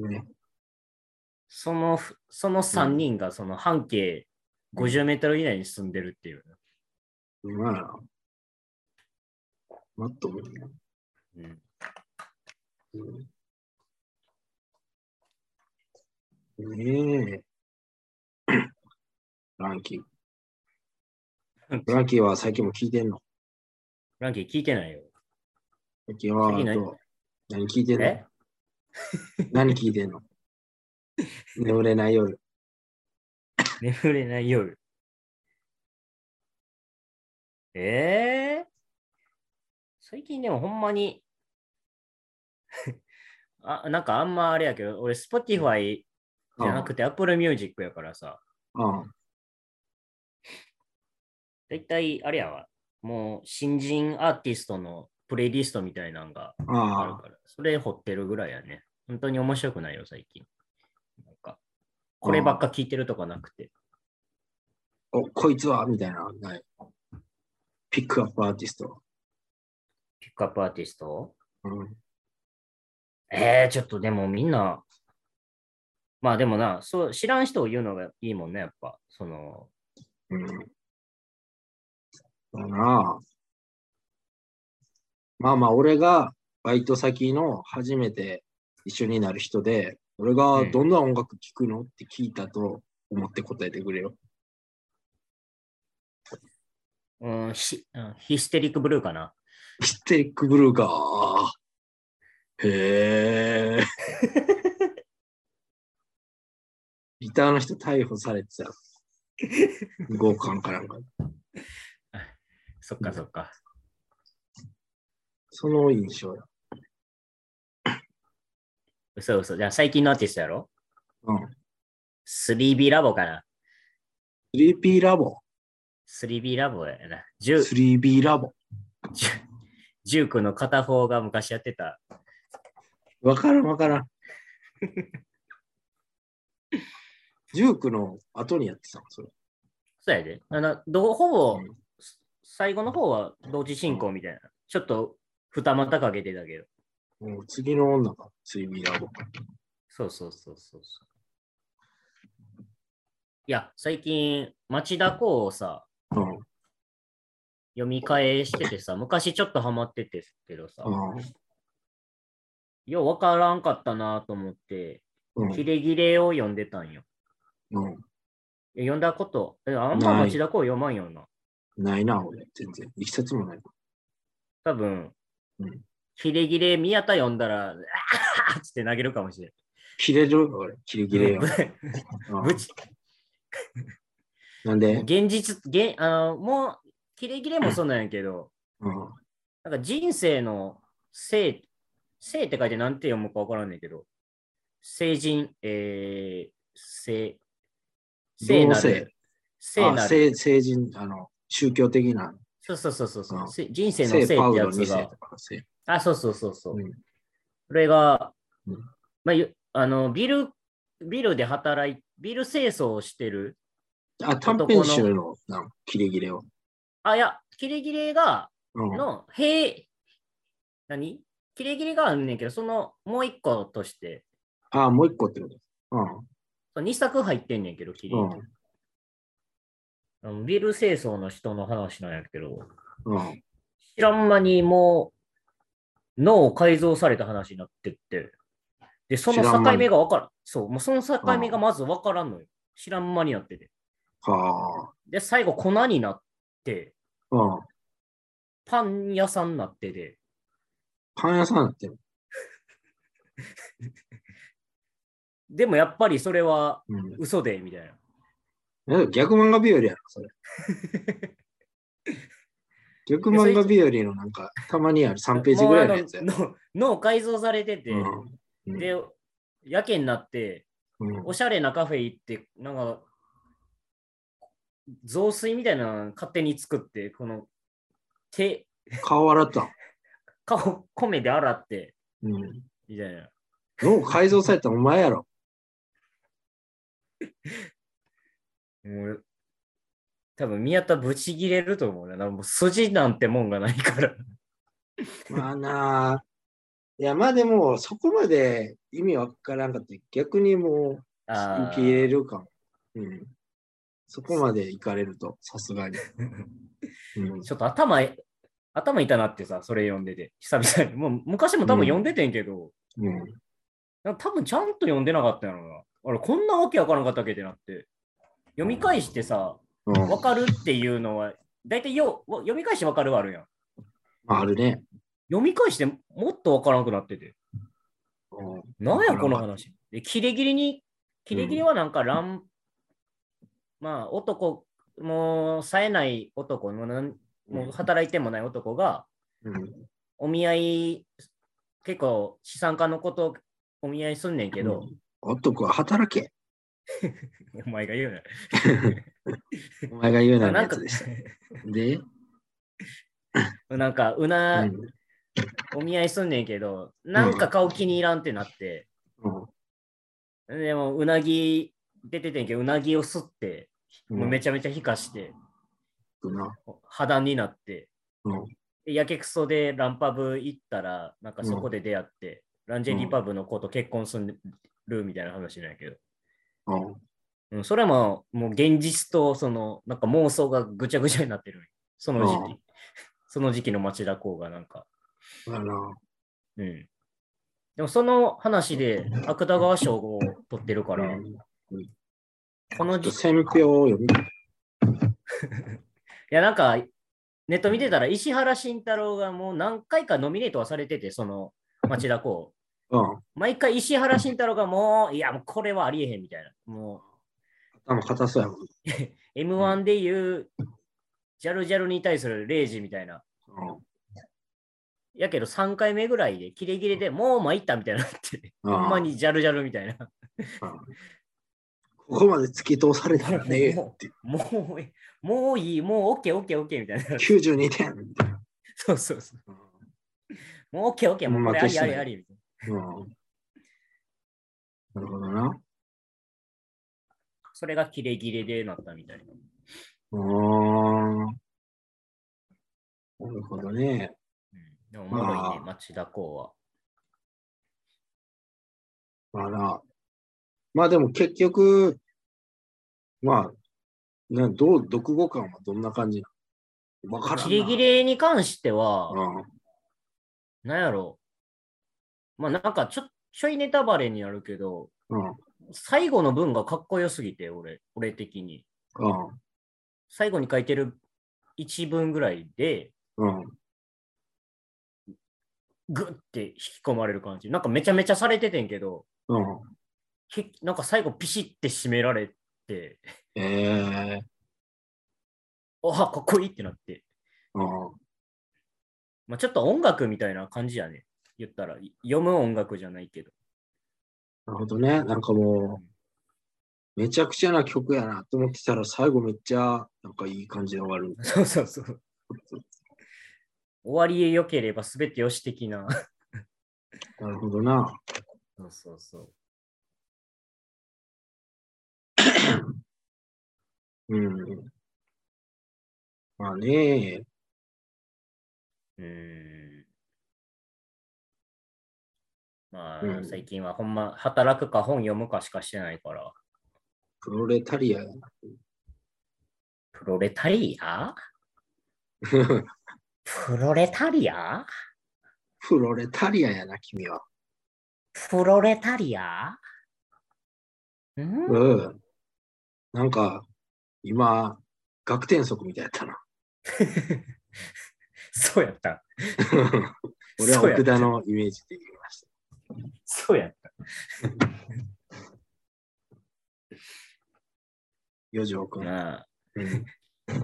Speaker 3: ね。
Speaker 2: その、その3人がその半径50メートル以内に住んでるっていう。
Speaker 3: うまいな。マットもいいな。
Speaker 2: うん
Speaker 3: うん、ねえ。 <coughs> ブランキー。
Speaker 2: <laughs>
Speaker 3: ブランキーは最近も聞いてんの
Speaker 2: ランキー聞いてないよ。
Speaker 3: 最近は
Speaker 2: 次何
Speaker 3: どう何聞いてんの
Speaker 2: え
Speaker 3: 何聞い
Speaker 2: <laughs>
Speaker 3: てんの眠れない夜。
Speaker 2: <laughs> 眠れない夜。ええ最近でもほんまに <laughs> あ、なんかあんまあれやけど、俺 Spotify じゃなくて Apple Music やからさ、
Speaker 3: うん。うん
Speaker 2: だいたいあれやわ、もう新人アーティストのプレイリストみたいなのがある
Speaker 3: ああ、
Speaker 2: から、それ掘ってるぐらいやね。本当に面白くないよ、最近。なんか、こればっか聞いてるとかなくて。
Speaker 3: お、こいつはみたいな。ないピックアップアーティスト。
Speaker 2: ピックアップアーティスト
Speaker 3: うん。
Speaker 2: えー、ちょっとでもみんな、まあでもな、そう知らん人を言うのがいいもんね、やっぱ。その、
Speaker 3: うん。だなあまあまあ、俺がバイト先の初めて一緒になる人で、俺がどんな音楽聴くのって聞いたと思って答えてくれよ。
Speaker 2: うんひうんヒステリックブルー
Speaker 3: <laughs>
Speaker 2: かな。
Speaker 3: ヒステリックブルーか。あーへえ。ギターの人逮捕されてた。強姦かなんか。
Speaker 2: そっかそっか。
Speaker 3: その印象や。
Speaker 2: 嘘嘘。じゃあ最近のアーティストやろ
Speaker 3: うん。
Speaker 2: ?3B ラボかな。
Speaker 3: 3B ラボ。
Speaker 2: 3B ラボやな。10
Speaker 3: 3B ラボ。
Speaker 2: 19の片方が昔やってた。
Speaker 3: わからんわからん。19の後にやってたのそれ。
Speaker 2: そうやで。あのどうほぼ
Speaker 3: うん、
Speaker 2: 最後の方は同時進行みたいな。ちょっと二股かけてたけど。
Speaker 3: もう次の女が 3B ラボ。
Speaker 2: そうそうそうそうそう。いや、最近、町田公をさ、
Speaker 3: うん。
Speaker 2: 読み返しててさ、昔ちょっとハマっててけどさ、
Speaker 3: うん。
Speaker 2: ようわからんかったなと思って、
Speaker 3: うん
Speaker 2: キレギレを読んでたんよ。
Speaker 3: うん。
Speaker 2: え読んだこと、えあんま
Speaker 3: ない
Speaker 2: 町田公読まんよな。
Speaker 3: ないな、俺。全然。いきさつもない。
Speaker 2: 多分、
Speaker 3: うん
Speaker 2: キレギレ宮田読んだら、 <laughs> あーっつって投げるかもしれん。
Speaker 3: 切れるよ俺。切れ切れよ。うん
Speaker 2: <laughs> ぶち
Speaker 3: なんで
Speaker 2: 現実、現あのもう、キレギレもそうなんやけど、
Speaker 3: うん。
Speaker 2: なんか人生の生、生って書いてなんて読むかわからんねんけど、成人、えー、生、生な
Speaker 3: 同性
Speaker 2: る、生
Speaker 3: あ
Speaker 2: なる、
Speaker 3: 成成人、あの、宗教的な。
Speaker 2: そうそうそうそうそうう、
Speaker 3: ん
Speaker 2: せ人生の生
Speaker 3: 聖パ
Speaker 2: っ
Speaker 3: ウ
Speaker 2: てや
Speaker 3: ロ二
Speaker 2: つ
Speaker 3: 世
Speaker 2: が
Speaker 3: と、か聖。
Speaker 2: あ、そうそうそうそう、
Speaker 3: うん
Speaker 2: これが
Speaker 3: うん、
Speaker 2: まあゆ、あの、ビル、ビルで働い、ビル清掃をしてる。
Speaker 3: あ、短編集のなん切れ切れを。
Speaker 2: あ、いや、キレキレが、
Speaker 3: うん、
Speaker 2: の、へい、何キレキレがあんねんけど、そのもう一個として、
Speaker 3: あ、もう一個ってこと。う
Speaker 2: 2作入ってんねんけど、キレキレ
Speaker 3: うん
Speaker 2: あのビル清掃の人の話なんやけど、
Speaker 3: ん。うん。
Speaker 2: 知らん間にもう脳を改造された話になってって、で、その
Speaker 3: 知らん間
Speaker 2: 境
Speaker 3: に
Speaker 2: 目がわからん。そう、もうその境目がまずわからんのよ。知らん間になってて。
Speaker 3: は
Speaker 2: で、最後粉になって、
Speaker 3: あ。うん。
Speaker 2: パン屋さんになってて、
Speaker 3: パン屋さんだってる。
Speaker 2: でもやっぱりそれは
Speaker 3: うん
Speaker 2: 嘘で、みたいな。
Speaker 3: え。逆漫画日和やろ、そ
Speaker 2: <laughs>
Speaker 3: れ。逆漫画日和のなんか、たまにある3ページぐらいのやつや。
Speaker 2: もうあのの脳改造されてて、
Speaker 3: うん
Speaker 2: で、やけになって、
Speaker 3: うんうん
Speaker 2: おしゃれなカフェ行って、なんか、雑炊みたいなの勝手に作って、この手、
Speaker 3: 顔洗ったん。
Speaker 2: 顔、米で洗って、
Speaker 3: うん。
Speaker 2: みたいな。
Speaker 3: 脳改造されたらお前やろ。
Speaker 2: もう多分宮田ぶち切れると思うな。なんかもう筋なんてもんがないから。
Speaker 3: まあなあ。いや、まあでも、そこまで意味わからんかった。逆にもう、
Speaker 2: あ
Speaker 3: 受け入
Speaker 2: ー
Speaker 3: れるかも。うん。そこまで行かれると、さす
Speaker 2: <laughs>
Speaker 3: がに。うん
Speaker 2: ちょっと頭、頭痛なってさ、それ読んでて、久々に。もう昔も多分読んでてんけど、
Speaker 3: うん、
Speaker 2: なんか多分ちゃんと読んでなかったんやろな。あれ、こんなわけわからんかったっけってなって。読み返してさ、
Speaker 3: うん
Speaker 2: わかるっていうのは、大体よわ読み返してわかるはあるやん。
Speaker 3: まあ、あるね。
Speaker 2: 読み返してもっとわからなくなってて。
Speaker 3: うん
Speaker 2: なんやこの話。で、キレキレに、キレキレはなんか乱、まあ男、もう冴えない男、もうなんもう働いてもない男が、
Speaker 3: うん
Speaker 2: お見合い、結構資産家のことお見合いすんねんけど、
Speaker 3: 男は働け。
Speaker 2: お前が言うな。
Speaker 3: <laughs> お前が言うなら
Speaker 2: なん
Speaker 3: や
Speaker 2: か
Speaker 3: つでした。で、
Speaker 2: なんか、う
Speaker 3: う
Speaker 2: な、
Speaker 3: ん
Speaker 2: お見合いすんねんけど、なんか顔気に入らんってなって、
Speaker 3: うん
Speaker 2: でも、うなぎ出ててんけど、うなぎを吸って、もうめちゃめちゃ火化して、
Speaker 3: うんな
Speaker 2: 破談になって、
Speaker 3: うん
Speaker 2: でやけくそでランパブ行ったら、なんかそこで出会って、ランジェリーパブの子と結婚するみたいな話なんやけど、
Speaker 3: うん
Speaker 2: うん、それはもうもう現実とそのなんか妄想がぐちゃぐちゃになってる。その時期、
Speaker 3: う
Speaker 2: その時期の町田公がなんか、
Speaker 3: あの
Speaker 2: うん。でもその話で芥川賞を取ってるから、
Speaker 3: うん
Speaker 2: この
Speaker 3: ちょっと
Speaker 2: 時期、い
Speaker 3: 選票を読みたい
Speaker 2: やなんかネット見てたら石原慎太郎がもう何回かノミネートはされてて、その町田公。
Speaker 3: うん
Speaker 2: 毎回石原慎太郎がもう、いや、もうこれはありえへんみたいな。も
Speaker 3: 頭硬そうやもん
Speaker 2: う、M1 で言う、ジャルジャルに対するレイジみたいな。やけど3回目ぐらいで、キレキレでもう参ったみたいに
Speaker 3: <laughs>
Speaker 2: なって、
Speaker 3: うん。
Speaker 2: ほんま
Speaker 3: うん
Speaker 2: にジャルジャルみたいな。
Speaker 3: ここまで突き通されたらねえよって。
Speaker 2: もうえ、もういい、もうオッケーオッケーオッケーみたいな。 <laughs>
Speaker 3: 92点みたいな。
Speaker 2: そうそうそう。もうオッケーオッケー、もうこれありありありみたい
Speaker 3: うん
Speaker 2: な。
Speaker 3: なるほどな。
Speaker 2: それがキレキレでなったみたいな。
Speaker 3: うーん。なるほどね。
Speaker 2: うん、でもおもろいね
Speaker 3: まあ、
Speaker 2: 町田公は。
Speaker 3: まあな。まあでも結局、まあ、などう、読語感はどんな感じなのわからんな。
Speaker 2: キレキレに関しては、
Speaker 3: うん。
Speaker 2: なんやろまあなんかちょちょいネタバレになるけど、
Speaker 3: うん。うん。
Speaker 2: 最後の文がかっこよすぎて、俺、俺的に。最後に書いてる一文ぐらいで、
Speaker 3: うん。
Speaker 2: ぐって引き込まれる感じ。なんかめちゃめちゃされててんけど、
Speaker 3: うん。
Speaker 2: けなんか最後ピシって締められて、
Speaker 3: ええ
Speaker 2: あかっこいいってなって。
Speaker 3: うん。
Speaker 2: まあちょっと音楽みたいな感じやね。言ったら、い読む音楽じゃないけど。
Speaker 3: なるほどね。なんかもう、めちゃくちゃな曲やなと思ってたら、最後めっちゃ、なんかいい感じで終わる。
Speaker 2: そうそうそう。終わり良ければ全て良し的な。
Speaker 3: なるほどな。
Speaker 2: そうそうそう。
Speaker 3: うん。まあね
Speaker 2: うーん。まあ、
Speaker 3: うん
Speaker 2: 最近はほんま、働くか本読むかしかしてないから。
Speaker 3: プロレタリアや。 <laughs>
Speaker 2: プロレタリアプロレタリア
Speaker 3: プロレタリアやな、君は。
Speaker 2: プロレタリアん
Speaker 3: うん。なんか、今、学天則みたいやったな。 <laughs>
Speaker 2: そうやった。
Speaker 3: 俺は
Speaker 2: そうや
Speaker 3: 奥田のイメージで言いました。
Speaker 2: そうやった。
Speaker 3: 四条くん。
Speaker 2: まあ、
Speaker 3: うん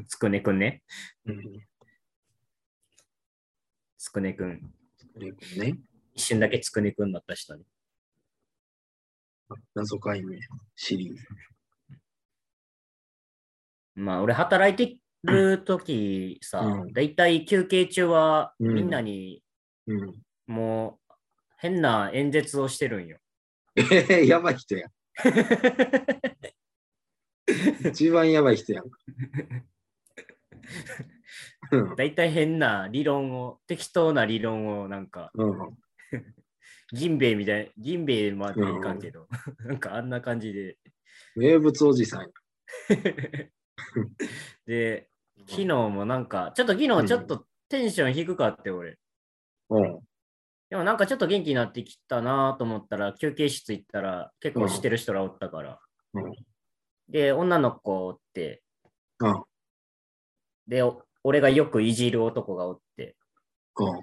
Speaker 2: つくねくんね。
Speaker 3: うん
Speaker 2: つくねくん。
Speaker 3: 俺くんね。
Speaker 2: 一瞬だけつくねくんになった人ね。
Speaker 3: 謎解明シリーズ。
Speaker 2: まあ、俺働いてる時さ、
Speaker 3: うん
Speaker 2: だいたい休憩中は
Speaker 3: うん
Speaker 2: みんなに
Speaker 3: うん。
Speaker 2: もう変な演説をしてるんよ。
Speaker 3: えへへ <laughs> やばい人や。一番やばい人 <laughs> やんか。うん
Speaker 2: だいたい変な理論を、適当な理論をなんか、
Speaker 3: うん。
Speaker 2: 銀兵衛みたい、銀兵衛までいかんけど、 <laughs> なんかあんな感じで。
Speaker 3: 名物おじさんや。
Speaker 2: で、昨日もなんか、ちょっと昨日ちょっとテンション低かって俺。
Speaker 3: うん。
Speaker 2: でもなんかちょっと元気になってきたなと思ったら、休憩室行ったら結構してる人らおったから。
Speaker 3: うん
Speaker 2: で、女の子おって、
Speaker 3: うん。
Speaker 2: で、お俺がよくいじる男がおって、
Speaker 3: うん。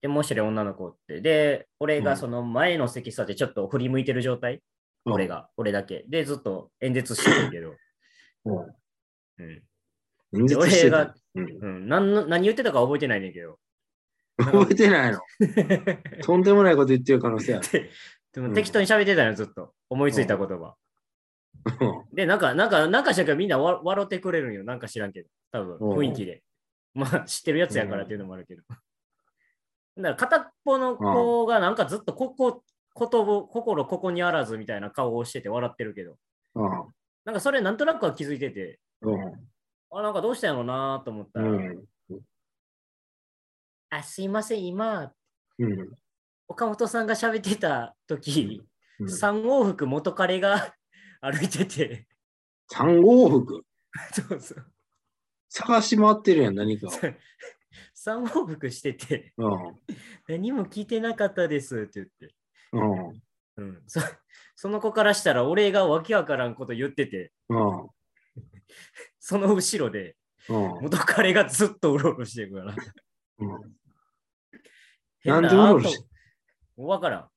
Speaker 2: で、もう一人女の子おって、で、俺
Speaker 3: う
Speaker 2: が
Speaker 3: ん
Speaker 2: その前の席座ってちょっと振り向いてる状態、
Speaker 3: うん
Speaker 2: 俺が、俺だけ。で、ずっと演説してる
Speaker 3: <laughs>
Speaker 2: けど、
Speaker 3: うん
Speaker 2: うん
Speaker 3: 演説して
Speaker 2: 俺
Speaker 3: た
Speaker 2: が。
Speaker 3: うん
Speaker 2: うん、何の何言ってたか覚えてないねんけど。 <laughs>
Speaker 3: 覚えてないの。とんでもないこと言ってる可能性ある。
Speaker 2: でで
Speaker 3: う
Speaker 2: も
Speaker 3: ん
Speaker 2: 適当に喋ってたのよ、ずっと。思いついた言葉。で、なんか、なんか、なんかしたけどみんなわ笑ってくれるんよ。なんか知らんけど。多
Speaker 3: うん
Speaker 2: 分雰囲気で。まあ、知ってるやつやからっていうのもあるけど。 <laughs> だから、片っぽの子がなんかずっとここ、言葉、心ここにあらずみたいな顔をしてて笑ってるけど。
Speaker 3: う
Speaker 2: なんかそれなんとなくは気づいてて、
Speaker 3: ん。
Speaker 2: あ、なんかどうしたんやろうなと思った
Speaker 3: う
Speaker 2: ら、
Speaker 3: ん。うん。
Speaker 2: あ、すいません、今、
Speaker 3: うん。
Speaker 2: 岡本さんが喋ってた時、
Speaker 3: うん
Speaker 2: 三往復元彼が <laughs> 歩いてて、
Speaker 3: 三往復。
Speaker 2: そうそう。
Speaker 3: 探し回ってるやん、何かを。
Speaker 2: 三往復してて、何も聞いてなかったですって言って。
Speaker 3: うん。うん。
Speaker 2: うん、そその子からしたら、俺がわけわからんこと言ってて、
Speaker 3: うん。
Speaker 2: その後ろで
Speaker 3: うん。
Speaker 2: 元彼がずっとうろうろしてるから。
Speaker 3: うん
Speaker 2: 変
Speaker 3: なんでうろう
Speaker 2: アー
Speaker 3: ろ
Speaker 2: ト
Speaker 3: し
Speaker 2: もうわからん。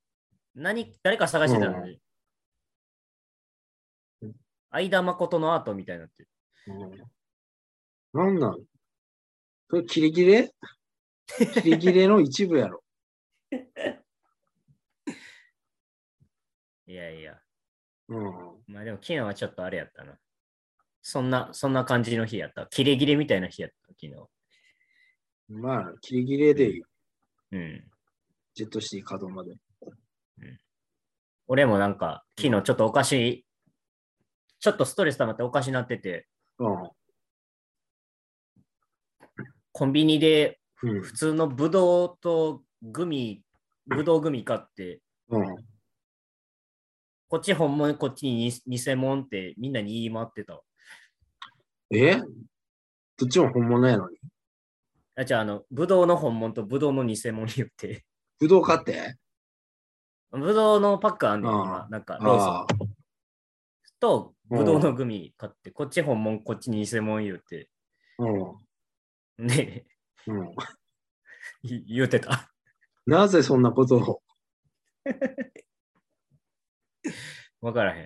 Speaker 2: 何、誰か探してたのに。相田誠のアートみたいになってる。
Speaker 3: なんなんそれキレキレキレキレの一部やろ。
Speaker 2: いやいや。
Speaker 3: うん。
Speaker 2: まあでも昨日はちょっとあれやったな。そんな、そんな感じの日やった。キレキレみたいな日やった、昨日。
Speaker 3: まあ、キレキレでいいよ
Speaker 2: うん。
Speaker 3: ジェットシティ稼働まで。
Speaker 2: 俺もなんか、昨日ちょっとおかしい、ちょっとストレス溜まっておかしになってて、
Speaker 3: う
Speaker 2: コンビニで
Speaker 3: ん。
Speaker 2: 普通のブドウとグミ、ブドウグミ買って、
Speaker 3: うん。うん。
Speaker 2: こっち本物、こっちに偽偽物ってみんなに言い回ってたわ。
Speaker 3: えどっちも本物やのに。
Speaker 2: あ、じゃあ、あの、ブドウの本物とブドウの偽物言って。
Speaker 3: ぶどう買って
Speaker 2: ブドウのパックあんねん、
Speaker 3: ああ
Speaker 2: 今。なんか、ローソン
Speaker 3: ああ。
Speaker 2: と、
Speaker 3: うん
Speaker 2: ブドウのグミ買って、こっち本物、こっち偽物言って。
Speaker 3: うん。
Speaker 2: ね、 <laughs>
Speaker 3: うん。
Speaker 2: い言ってた。
Speaker 3: なぜそんなことを。
Speaker 2: わからへ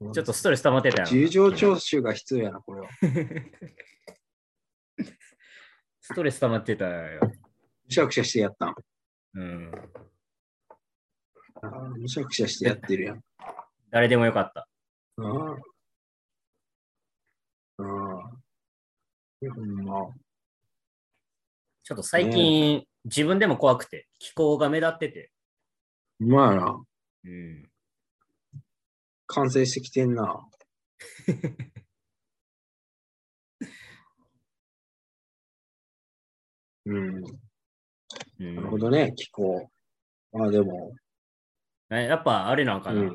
Speaker 2: ん。ちょっとストレス溜まってたよ。
Speaker 3: 事情聴取が必要やな、これは。
Speaker 2: ストレス溜まってたよ。
Speaker 3: むしゃくしゃしてやったん。
Speaker 2: うん。
Speaker 3: ああむしゃくしゃしてやってるやん。
Speaker 2: 誰でもよかった。
Speaker 3: うん。うん。ほんま。
Speaker 2: ちょっと最近、自分でも怖くて、気候が目立ってて。
Speaker 3: うまいな。
Speaker 2: うん。
Speaker 3: 完成してきてんな。うん。
Speaker 2: う
Speaker 3: なる
Speaker 2: ん
Speaker 3: ほどね、気候。あ、でも、
Speaker 2: えやっぱあれなんか
Speaker 3: う
Speaker 2: な、
Speaker 3: ん。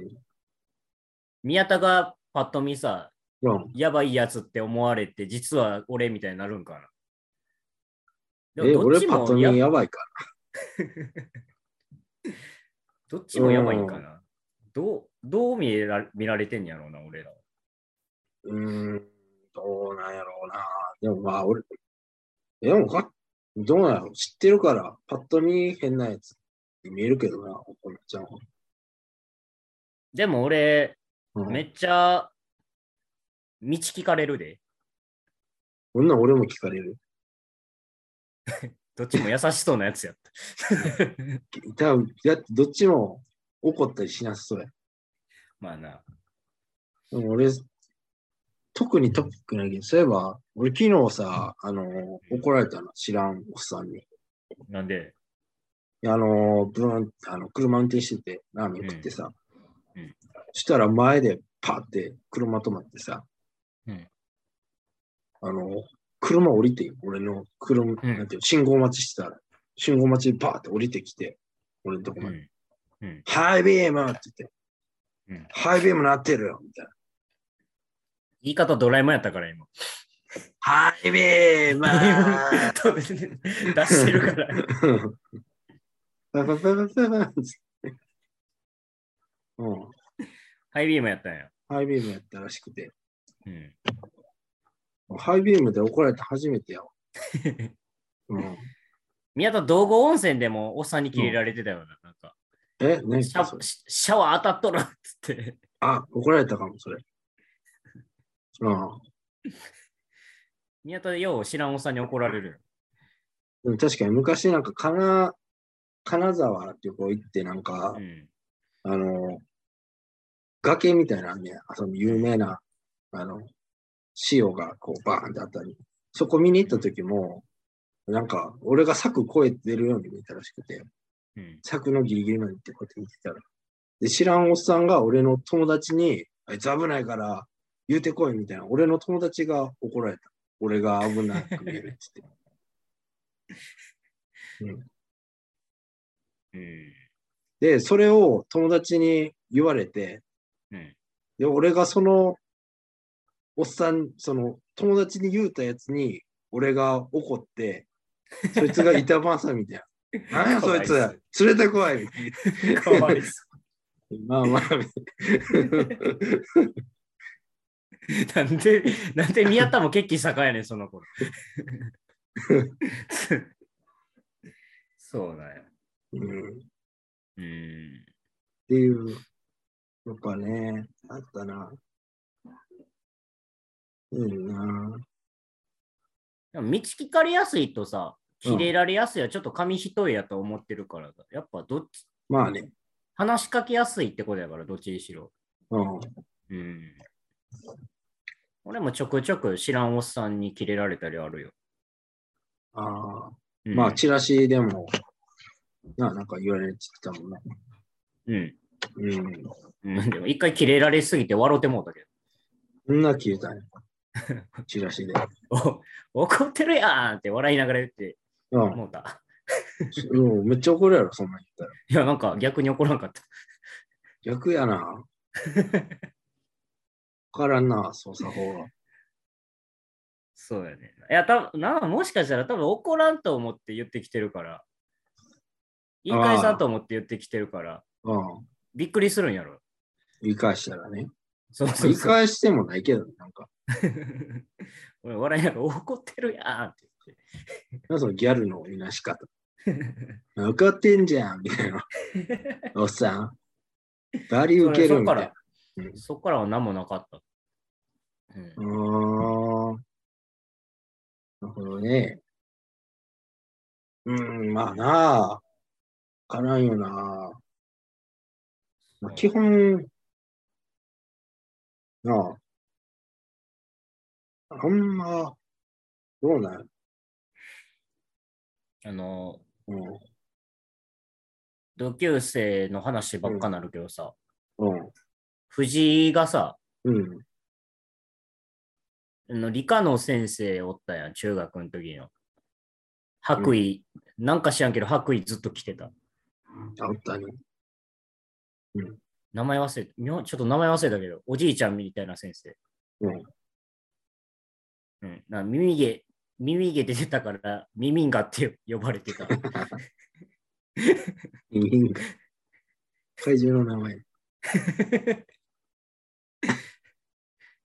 Speaker 2: 宮田がパッと見さ、
Speaker 3: うん
Speaker 2: やばいやつって思われて、実は俺みたいになるんかな。
Speaker 3: え、俺パッと見
Speaker 2: や
Speaker 3: やばいか
Speaker 2: どっちもやばいんかな。どうどう見えら見られてんやろうな、俺ら。
Speaker 3: ら。うーん、どうなんやろうな。でもまあ、俺、え、でもか、どうなんやろう。知ってるから、パッと見変なやつに見えるけどな、おこめちゃんは。
Speaker 2: でも俺、
Speaker 3: うん
Speaker 2: めっちゃ、道聞かれるで。
Speaker 3: こんなん俺も聞かれる。
Speaker 2: どっちも優しそうなやつやった。 <laughs>
Speaker 3: 多分だってどっちも怒ったりしなさそうや。
Speaker 2: まあな。
Speaker 3: でも俺、特にトピックないけど、そういえば、俺昨日さ、あの怒られたの、知らんおっさんに。
Speaker 2: なんで、
Speaker 3: あのブーンあの車運転してて、ラーメン食ってさ、
Speaker 2: うんうん
Speaker 3: そしたら前でパーって車止まってさ、
Speaker 2: うん
Speaker 3: あの車降りて、俺の車、
Speaker 2: ん
Speaker 3: なんていうの信号待ちしてたら、信号待ちでパーって降りてきて、俺のとこ
Speaker 2: う
Speaker 3: まで、
Speaker 2: ん、
Speaker 3: ハイビームって言って、
Speaker 2: うん
Speaker 3: ハイビームなってるよみたいな。
Speaker 2: 言い方ドラえもんやったから今。
Speaker 3: ハイビームー
Speaker 2: <laughs> 出してるから。
Speaker 3: パパパパパパうん、
Speaker 2: ハイビームやったんや。
Speaker 3: ハイビームやったらしくて、
Speaker 2: うん、
Speaker 3: ハイビームで怒られて初めてやわ。うん、
Speaker 2: 宮田、道後温泉でもおっさんにキレられてたよな。なんか
Speaker 3: え、何
Speaker 2: シャ
Speaker 3: それ
Speaker 2: シシャワー当たっとるっつって。 <laughs>
Speaker 3: あ、怒られたかも、それ。うん、
Speaker 2: 宮田、よう知らんおっさんに怒られるよ。
Speaker 3: でも確かに昔なんか金金沢旅行行ってなんか、
Speaker 2: うん。
Speaker 3: あの、崖みたいなね、あその有名な、あの、塩がこうバーンってあったり、そこ見に行った時も、なんか、俺が柵越えてるように見えたらしくて、
Speaker 2: うん、
Speaker 3: 柵のギリギリまで行ってこうやって見てたら。で、知らんおっさんが俺の友達に、あいつ危ないから言うてこいみたいな、俺の友達が怒られた。俺が危なく見えるっつって。
Speaker 2: うん。
Speaker 3: で、それを友達に言われて、
Speaker 2: うん。
Speaker 3: で、俺がその、おっさん、その、友達に言うたやつに、俺が怒って、そいつが板挟みみ
Speaker 2: <laughs>
Speaker 3: たいな。なんやそいつ、連れてこいみたい
Speaker 2: かわいそ
Speaker 3: な。まあまあ、
Speaker 2: うなんで、なんで宮田も決起盛やねん、その頃。そうなんや。
Speaker 3: うん。っ
Speaker 2: うん。
Speaker 3: ていう、やっぱね、あったな。うんな。
Speaker 2: でも道聞かれやすいとさ、切れられやすいはちょっと紙一重やと思ってるから、やっぱどっち、
Speaker 3: まあね。
Speaker 2: 話しかけやすいってことやから、どっちにしろ。
Speaker 3: うん。
Speaker 2: うん。俺もちょくちょく知らんおっさんに切れられたりあるよ。
Speaker 3: ああ。
Speaker 2: うん、
Speaker 3: まあ、チラシでも、な、なんか言われてたもんな。
Speaker 2: うん。
Speaker 3: うん。
Speaker 2: うん、でも一回切れられすぎて笑ってもうたけ <laughs>
Speaker 3: そんな消えたね。チラシで。
Speaker 2: ど。お怒ってるやんって笑いながら言って
Speaker 3: うん。
Speaker 2: もうた。
Speaker 3: うん、めっちゃ怒るやろ、そんなん言っ
Speaker 2: いや、なんか逆に怒らんかった。
Speaker 3: たら。逆
Speaker 2: <laughs>
Speaker 3: やな。わからんな、操作法が。
Speaker 2: そうやねんな。いや、多分なもしかしたら多分怒らんと思って言ってきてるから。言い返さんと思って言ってきてるから、
Speaker 3: うん。
Speaker 2: びっくりするんやろ。
Speaker 3: 言い返したらね。
Speaker 2: そうそ
Speaker 3: 言
Speaker 2: う
Speaker 3: い
Speaker 2: そう。
Speaker 3: 返してもないけど、なんか。
Speaker 2: <laughs> 俺笑いながら怒ってるやんって言って。
Speaker 3: なんかそのギャルのいなし
Speaker 2: <laughs>
Speaker 3: 方。怒ってんじゃん、みたいな。おっさん。バリ受ける
Speaker 2: そっ
Speaker 3: み
Speaker 2: か
Speaker 3: たいな
Speaker 2: ら。、そっからは何もなかった。う
Speaker 3: うー
Speaker 2: ん
Speaker 3: ん。なるほどね。うん、まあなあ。わからんよな。まあ、基本、なあ、あんま、どうなん
Speaker 2: あの、
Speaker 3: うん、
Speaker 2: 同級生の話ばっかなるけどさ、
Speaker 3: うん、
Speaker 2: 藤井がさ、
Speaker 3: うん、
Speaker 2: あの理科の先生おったやん、中学の時の。白衣、なんか知らんけど、白衣ずっと着てた。
Speaker 3: あったね。
Speaker 2: 名前忘れた、みょちょっと名前忘れたけど、おじいちゃんみたいな先生。
Speaker 3: うん。
Speaker 2: うん。な耳毛、耳毛出てたから、ミミンガって呼ばれ
Speaker 3: <laughs>
Speaker 2: てた。
Speaker 3: うん怪獣の名前。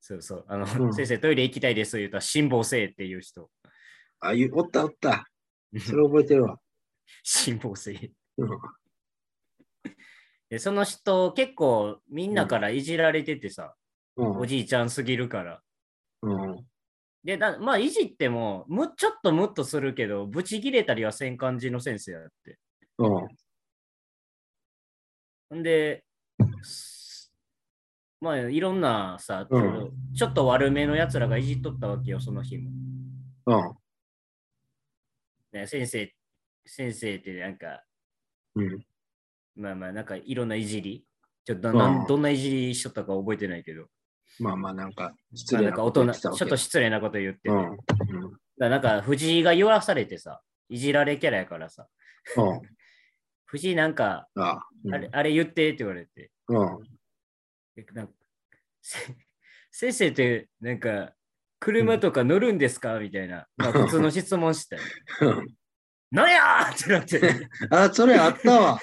Speaker 2: そうそう。あの、
Speaker 3: うん
Speaker 2: 先生、トイレ行きたいですと言うたら、辛抱せえっていう人。
Speaker 3: あ、ゆおったおった。それ覚えてるわ。
Speaker 2: 辛抱せえ。
Speaker 3: うん
Speaker 2: で、その人、結構みんなからいじられててさ、
Speaker 3: う
Speaker 2: お
Speaker 3: ん。
Speaker 2: じいちゃんすぎるから。
Speaker 3: うん。
Speaker 2: で、だまあ、いじってもむ、ちょっとムッとするけど、ブチ切れたりはせん感じの先生やって。
Speaker 3: うん。
Speaker 2: んで、すまあ、いろんなさ、ちょっと,、
Speaker 3: う
Speaker 2: ちょっと悪めのやつらがいじっとったわけよ、その日も。
Speaker 3: うん。
Speaker 2: ね、先生、先生ってなんか、
Speaker 3: うん。
Speaker 2: まあまあ、なんかいろんないじり。ちょっとな、
Speaker 3: うん
Speaker 2: ん、どんないじりしとったか覚えてないけど、
Speaker 3: まあまあ、なんか、失
Speaker 2: まあ、
Speaker 3: 礼
Speaker 2: な
Speaker 3: な
Speaker 2: んか
Speaker 3: こ
Speaker 2: 大
Speaker 3: と
Speaker 2: 人、
Speaker 3: 言て
Speaker 2: ち
Speaker 3: た
Speaker 2: ょ
Speaker 3: わ
Speaker 2: っ
Speaker 3: け
Speaker 2: と失礼なこと言ってて、
Speaker 3: う
Speaker 2: だか
Speaker 3: ん。うん。
Speaker 2: らなんか藤井が言わされてさ、いじられキャラやからさ、
Speaker 3: うん。
Speaker 2: 藤井なんか、
Speaker 3: あ、うん
Speaker 2: あれ,、あれ言ってって言われて、
Speaker 3: うん。
Speaker 2: えなんかせ <laughs> 先生ってなんか車とか乗るんですかみた
Speaker 3: <laughs>
Speaker 2: いな、まあ、普通の質問したよ。なんやーってなって。
Speaker 3: あ、それあったわ。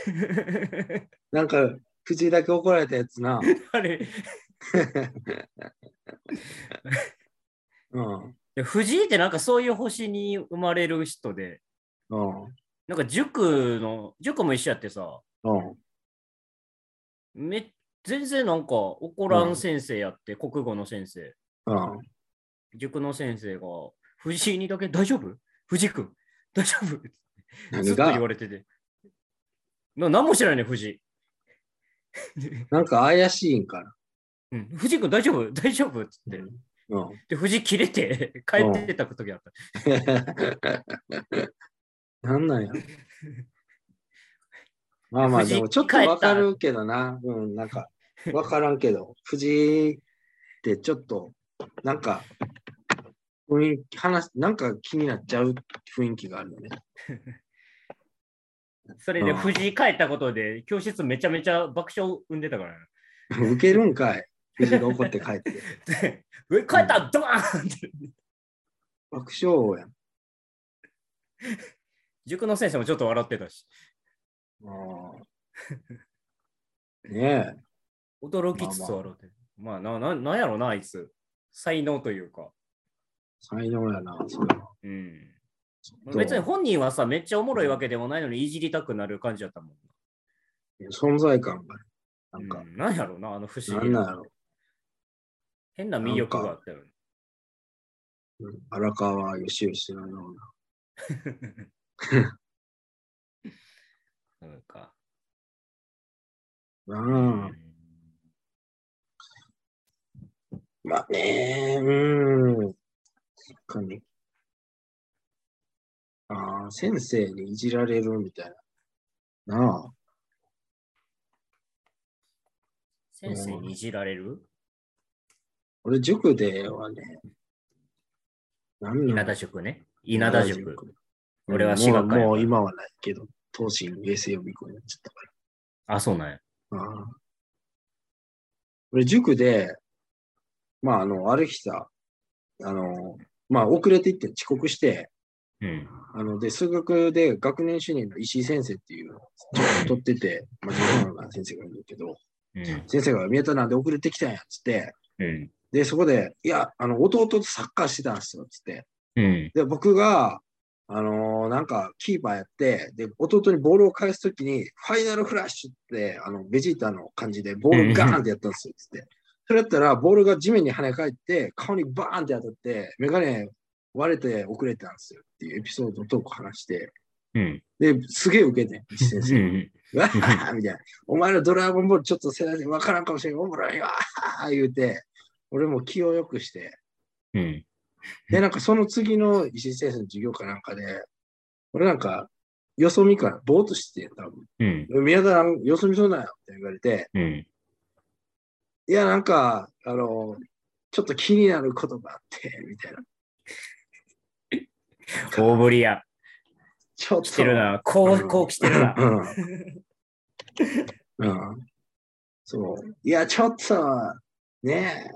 Speaker 3: <laughs> なんか、口だけ怒られたやつな。
Speaker 2: あれ
Speaker 3: うん。
Speaker 2: で藤井ってなんかそういう星に生まれる人で、
Speaker 3: うん。
Speaker 2: なんか塾の、塾も一緒やってさ、
Speaker 3: うん。
Speaker 2: め全然なんか怒らん先生やって、国語の先生。
Speaker 3: うん。
Speaker 2: 塾の先生が、藤井にだけ大丈夫藤井君、大丈夫ず
Speaker 3: 何
Speaker 2: っと言
Speaker 3: が
Speaker 2: われてて。な何も知らないね、藤井。
Speaker 3: なんか怪しいんかな。
Speaker 2: うん、藤井君大丈夫大丈夫っつって。
Speaker 3: うん。
Speaker 2: で、藤井切れて <laughs> 帰ってた時あった。
Speaker 3: <laughs> なんなん
Speaker 2: <laughs>
Speaker 3: や。まあまあ、
Speaker 2: 藤井
Speaker 3: でもちょっとわかるけどな。うん、なんか、わからんけど、藤井ってちょっと、なんか、雰囲気、話、なんか気になっちゃう雰囲気があるよね。 <laughs>
Speaker 2: それで
Speaker 3: うん
Speaker 2: 藤井帰ったことで、教室めちゃめちゃ爆笑を生んでたからな。
Speaker 3: 受けるんかい。藤井が怒って帰
Speaker 2: <laughs>
Speaker 3: って。
Speaker 2: で上帰ったドーンって。
Speaker 3: 爆笑王やん。
Speaker 2: 塾の先生もちょっと笑ってたし、
Speaker 3: あ
Speaker 2: <laughs>
Speaker 3: ーね
Speaker 2: 驚きつつ笑ってた。まあ、なななんやろな、あいつ。才能というか。
Speaker 3: え、才能やな、それは。
Speaker 2: うん。
Speaker 3: どう
Speaker 2: 別に本人はさ、めっちゃおもろいわけでもないのにいじりたくなる感じだったもん。
Speaker 3: 存在感がね、なん
Speaker 2: な
Speaker 3: か
Speaker 2: ん、なんやろな、あの不思
Speaker 3: な
Speaker 2: 議
Speaker 3: んなんや
Speaker 2: な。
Speaker 3: ろ。
Speaker 2: 変な魅力があ
Speaker 3: <laughs>
Speaker 2: ったよね。
Speaker 3: うん荒川よしよしのような。
Speaker 2: なんか。
Speaker 3: うんまあねうん。確かに。ああ、先生にいじられるみたいな。なあ、
Speaker 2: 先生にいじられる
Speaker 3: 俺塾ではね、何
Speaker 2: 稲田
Speaker 3: 塾。
Speaker 2: 塾ね。稲田塾。。俺は
Speaker 3: も
Speaker 2: 滋
Speaker 3: う
Speaker 2: 賀から
Speaker 3: もう今はないけど、東進衛生予備校になっちゃったから。
Speaker 2: あ、そうなんや。
Speaker 3: ああ俺、塾で、まあ、あの、ある日さ、あの、まあ、遅れて行って遅刻して、
Speaker 2: うん。
Speaker 3: あの、で、数学で学年主任の石井先生っていうのを取ってて、まあ、授業の先生がいるんだけど、
Speaker 2: うん。
Speaker 3: 先生が、宮田なんで遅れてきたんや、つって、
Speaker 2: うん。
Speaker 3: で、そこで、いや、あの、弟とサッカーしてたんですよ、つって。
Speaker 2: うん。
Speaker 3: で、僕が、あのーなんか、キーパーやって、で、弟にボールを返すときに、ファイナルフラッシュって、あの、ベジータの感じで、ボールガーンってやったんですよ、つって。それやったら、ボールが地面に跳ね返って、顔にバーンって当たって、メガネ割れて遅れたんですよ、っていうエピソードとこ話して、
Speaker 2: うん。
Speaker 3: で、すげえ受け
Speaker 2: <laughs>
Speaker 3: て、石先
Speaker 2: う
Speaker 3: 生。
Speaker 2: ん。
Speaker 3: わーみたいな。お前らドラゴンボールちょっと世代でわからんかもしれん。おもろいわー言うて、俺も気を良くして、
Speaker 2: うん。
Speaker 3: で、なんかその次の石井先生の授業かなんかで、俺なんか、よそ見からぼーっとしてた多
Speaker 2: うん。
Speaker 3: 分。宮田、よそ見そうなんよって言われて、
Speaker 2: うん。
Speaker 3: いや、なんか、あの、ちょっと気にな
Speaker 2: <laughs>
Speaker 3: ることがあって、みたいな。
Speaker 2: 大ぶりや。
Speaker 3: ちょっと。
Speaker 2: 来てるな。こう、こう来て
Speaker 3: <laughs>
Speaker 2: るな。
Speaker 3: うん。うん。そう。いや、ちょっと、ね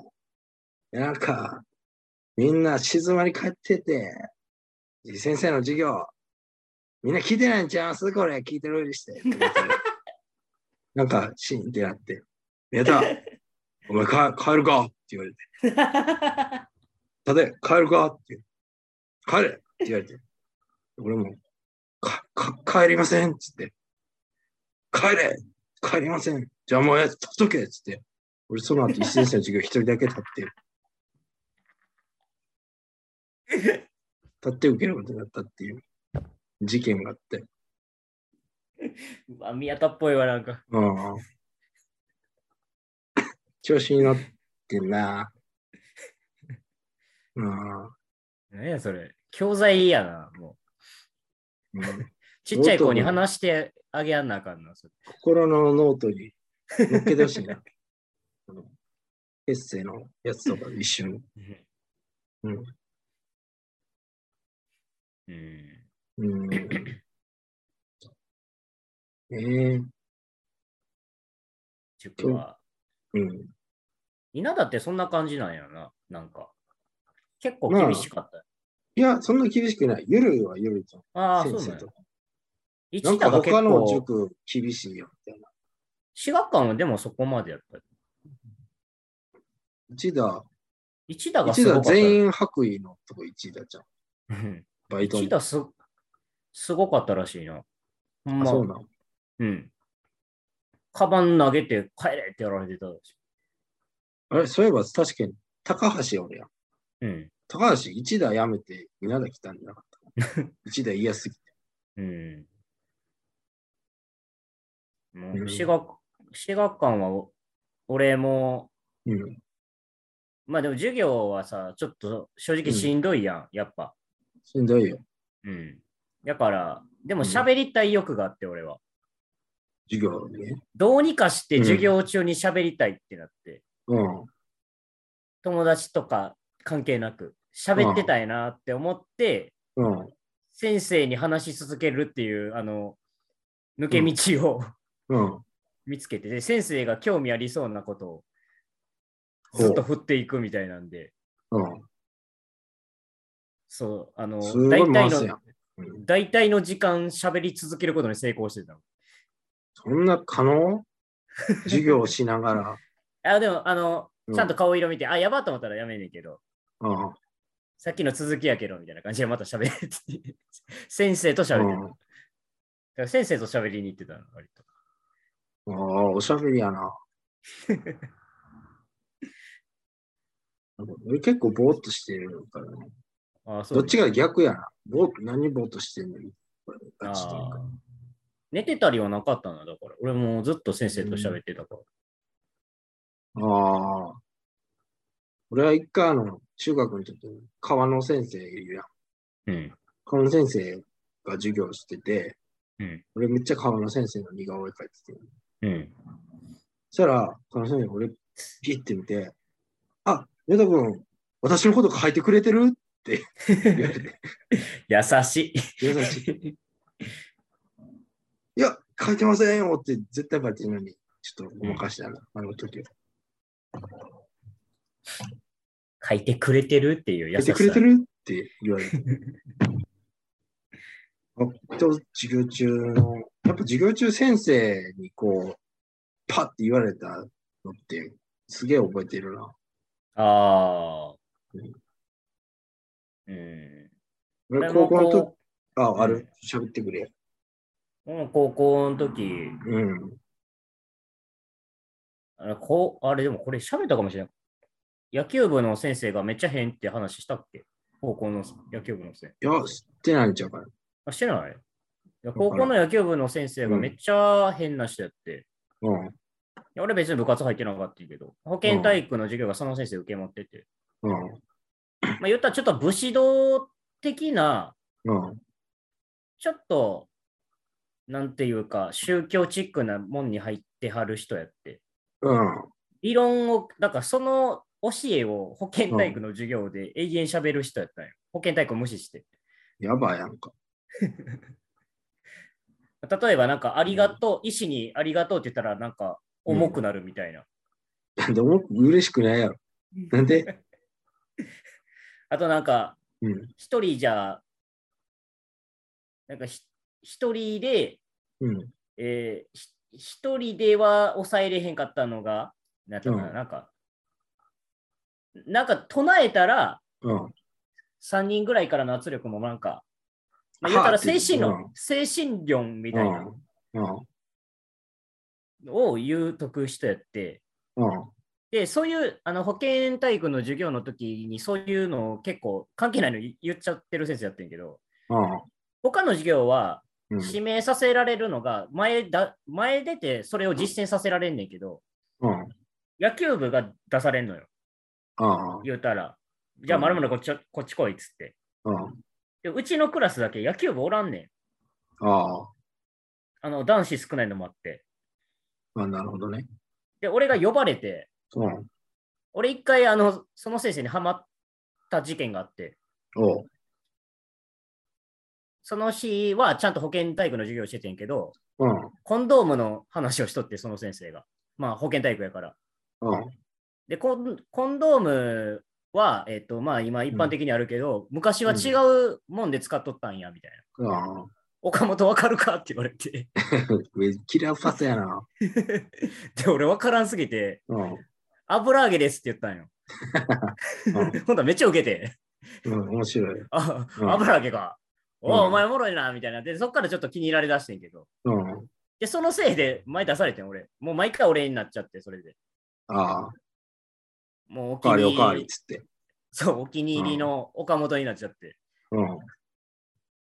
Speaker 3: え。なんか、みんな静まり返ってて、先生の授業、みんな聞いてないんちゃいますこれ、聞いてるふりして。なんか、シーンってなって、やた、お前か帰るかって言われて、たで、帰るかって言う。帰れって言われて、俺も、か、か、帰りませんっつって。帰れ帰りませんじゃあもうやつ取っとけっつって。俺その後一年生の授業一人だけ立って。立って受けることになったっていう事件があって。
Speaker 2: うわ宮田っぽいわ、なんか。
Speaker 3: うん。調子に乗ってんな。うん。
Speaker 2: 何やそれ。教材やな、も
Speaker 3: うん
Speaker 2: う。ちっちゃい子に話してあげやんなあかんな。それ
Speaker 3: 心のノートに乗っけてほしいな。 <laughs> あのエッセイのやつとか一緒に。うん
Speaker 2: うん。
Speaker 3: うん。ええ
Speaker 2: 塾は。
Speaker 3: うん。
Speaker 2: 稲田ってそんな感じなんやな、なんか。結構厳しかったよ。
Speaker 3: いや、そんな厳しくない。ゆるはゆるじゃん。
Speaker 2: ああ、そう
Speaker 3: 先
Speaker 2: なん
Speaker 3: 生
Speaker 2: や
Speaker 3: と。か。なん
Speaker 2: 一田
Speaker 3: か
Speaker 2: が結
Speaker 3: 他の
Speaker 2: 構、
Speaker 3: 塾厳しいよみたいな。
Speaker 2: 私学館はでもそこまでやった。
Speaker 3: 一田、
Speaker 2: 一田がす
Speaker 3: 一
Speaker 2: ご
Speaker 3: 田
Speaker 2: かったよ。
Speaker 3: 全員白衣のとこ一田じゃん。
Speaker 2: うん
Speaker 3: バイト
Speaker 2: <laughs> 一
Speaker 3: の。
Speaker 2: 田すすごかったらしいな。ほん
Speaker 3: あ、
Speaker 2: ま
Speaker 3: そうなの。
Speaker 2: うん。カバン投げて帰れってやられてたらしい。
Speaker 3: あれ、そういえば確かに高橋おるやん。
Speaker 2: うん。
Speaker 3: 高橋一田辞めて稲田来たんじゃなかった
Speaker 2: <laughs>
Speaker 3: かな。一田嫌すぎて。
Speaker 2: うん。も
Speaker 3: う
Speaker 2: う、
Speaker 3: ん
Speaker 2: 私学、私学館はお、俺も、
Speaker 3: うん。
Speaker 2: まあでも授業はさ、ちょっと正直しんどいやん、やっぱ。
Speaker 3: しんどいよ。
Speaker 2: うん。だから、でも
Speaker 3: うん
Speaker 2: 喋りたい欲があって、俺は。
Speaker 3: 授業ね。
Speaker 2: どうにかして授業中に喋りたいってなって、
Speaker 3: うん。
Speaker 2: 友達とか関係なく、喋ってたいなって思って、
Speaker 3: うん。
Speaker 2: 先生に話し続けるっていう、あの、抜け道を、 <laughs>
Speaker 3: うん。
Speaker 2: 見つけて、で、先生が興味ありそうなことをずっと振っていくみたいなんで、
Speaker 3: うん。
Speaker 2: そう、あの
Speaker 3: す、ご
Speaker 2: 大
Speaker 3: い
Speaker 2: 体
Speaker 3: 回すやん、。
Speaker 2: の
Speaker 3: うん
Speaker 2: 大体の時間喋り続けることに成功してたの。
Speaker 3: そんな可能授業をしながら。 <laughs>
Speaker 2: あ、でも、あの
Speaker 3: う、ん
Speaker 2: ちゃんと顔色見て、あ、やばと思ったらやめんねんけど、
Speaker 3: うん。
Speaker 2: さっきの続きやけど、みたいな感じでまた喋って、 <laughs> 先生と喋ってた。
Speaker 3: うん
Speaker 2: だから先生と喋りに行ってたの、割と。
Speaker 3: ああ、おしゃべりやな。俺結構ぼーっとしてるからね。
Speaker 2: <laughs> あ、そう。
Speaker 3: どっちが逆やな。ぼーっ何ぼーっとしてんのに。これガチという
Speaker 2: あ
Speaker 3: か
Speaker 2: ー寝てたりはなかったんだ、だから。俺もうずっと先生と喋ってたから。
Speaker 3: ああ。俺は一回あの、中学の時に川野先生いるやん。
Speaker 2: うん。
Speaker 3: 川野先生が授業してて、
Speaker 2: うん。
Speaker 3: 俺めっちゃ川野先生の似顔絵描いてて。
Speaker 2: うん。
Speaker 3: そしたら、川野先生俺ピッて見て、あ、ヨタ君、私のこと書いてくれてるって言われて。
Speaker 2: 優しい。 <laughs>
Speaker 3: 優しい。いや、書いてませんよって絶対バレてるのに、ちょっとごまかしたな、あの時は。
Speaker 2: 書いてくれてるっていう
Speaker 3: 書
Speaker 2: 優
Speaker 3: い
Speaker 2: しさ。
Speaker 3: てくれてるって言わ
Speaker 2: <laughs>
Speaker 3: れて。あと、授業中の、やっぱ授業中先生にこう、パッて言われたのって、すげえ覚えてるな。
Speaker 2: ああ。うん。
Speaker 3: 俺、高校の時、
Speaker 2: こ
Speaker 3: あ、ある、喋ってくれ。
Speaker 2: う俺も高校の時、
Speaker 3: うん。
Speaker 2: あれ、こう、あれでもこれ喋ったかもしれない。野球部の先生がめっちゃ変って話したっけ高校の野球部の先生。
Speaker 3: いや、知ってないんちゃうかな。
Speaker 2: あ、してないいや高校の野球部の先生がめっちゃ変な人やって、い
Speaker 3: うん。
Speaker 2: や俺別に部活入ってなかったけど、保健体育の授業がその先生受け持ってて、
Speaker 3: うん。
Speaker 2: まあ言ったらちょっと武士道的な
Speaker 3: うん。
Speaker 2: ちょっと、なんていうか、宗教チックなもんに入ってはる人やって。
Speaker 3: うん。
Speaker 2: 理論を、だからその教えを保健体育の授業で永遠喋る人やったんよ。保健体育を無視して。
Speaker 3: やばいやんか。
Speaker 2: 例えばなんかありがとう、医師にありがとうって言ったらなんか重くなるみたいな。
Speaker 3: なんでも嬉しくないやろ。なんで、
Speaker 2: あとなんか
Speaker 3: うん、
Speaker 2: 一人じゃ、なんかひ一人で、
Speaker 3: うん、
Speaker 2: えーひ一人では抑えれへんかったのが、なんていうの
Speaker 3: う
Speaker 2: かな
Speaker 3: ん
Speaker 2: なんか、なんか唱えたら
Speaker 3: うん。
Speaker 2: 3人ぐらいからの圧力もなんか、まあ、言ったら精神
Speaker 3: はあ
Speaker 2: 論、精神論みたいな
Speaker 3: うん、
Speaker 2: のを言うとく人やって、
Speaker 3: うん、
Speaker 2: で、そういうあの保健体育の授業の時にそういうのを結構関係ないの言言っちゃってる先生やってんけど、
Speaker 3: うん、
Speaker 2: 他の授業は
Speaker 3: うん。
Speaker 2: 指名させられるのが前だ、前出てそれを実践させられんねんけど、
Speaker 3: うん、
Speaker 2: 野球部が出されんのよ、
Speaker 3: うん、
Speaker 2: 言うたら。じゃあ、
Speaker 3: うん
Speaker 2: まるまるこっちここっち来いっつって
Speaker 3: うん、
Speaker 2: で。うちのクラスだけ野球部おらんねん。
Speaker 3: あ
Speaker 2: あの男子少ないのもあって。
Speaker 3: あ、なるほどね。
Speaker 2: で、俺が呼ばれて、
Speaker 3: うん、
Speaker 2: 俺一回あのその先生にハマった事件があって、
Speaker 3: おう、
Speaker 2: その日はちゃんと保健体育の授業しててんけど、
Speaker 3: うん、
Speaker 2: コンドームの話をしとって、その先生が。まあ、保健体育やから。
Speaker 3: うん、
Speaker 2: で、コンコンドームは、えっ、と、まあ、今一般的にあるけど、昔は違うもんで使っとったんや、みたいな。
Speaker 3: うん。
Speaker 2: 岡本わかるかって言われて。
Speaker 3: キラーパスやな。
Speaker 2: で、俺わからんすぎて、
Speaker 3: うん、
Speaker 2: 油揚げですって言った
Speaker 3: <laughs>
Speaker 2: んよ。ほんとめっちゃウケて、
Speaker 3: うん、面白い。
Speaker 2: あ、
Speaker 3: うん
Speaker 2: 油揚げか。お
Speaker 3: うん
Speaker 2: お、お前おもろいな、みたいな。で、そっからちょっと気に入られだしてんけど。
Speaker 3: うん、
Speaker 2: で、そのせいで前出されてん、俺。もう毎回俺になっちゃって、それで。
Speaker 3: ああ、
Speaker 2: もうお
Speaker 3: お
Speaker 2: 気
Speaker 3: かわりお
Speaker 2: に
Speaker 3: かわ
Speaker 2: 入
Speaker 3: りっ
Speaker 2: り、
Speaker 3: つって。
Speaker 2: そう、お気に入りの岡本になっちゃって。
Speaker 3: うん、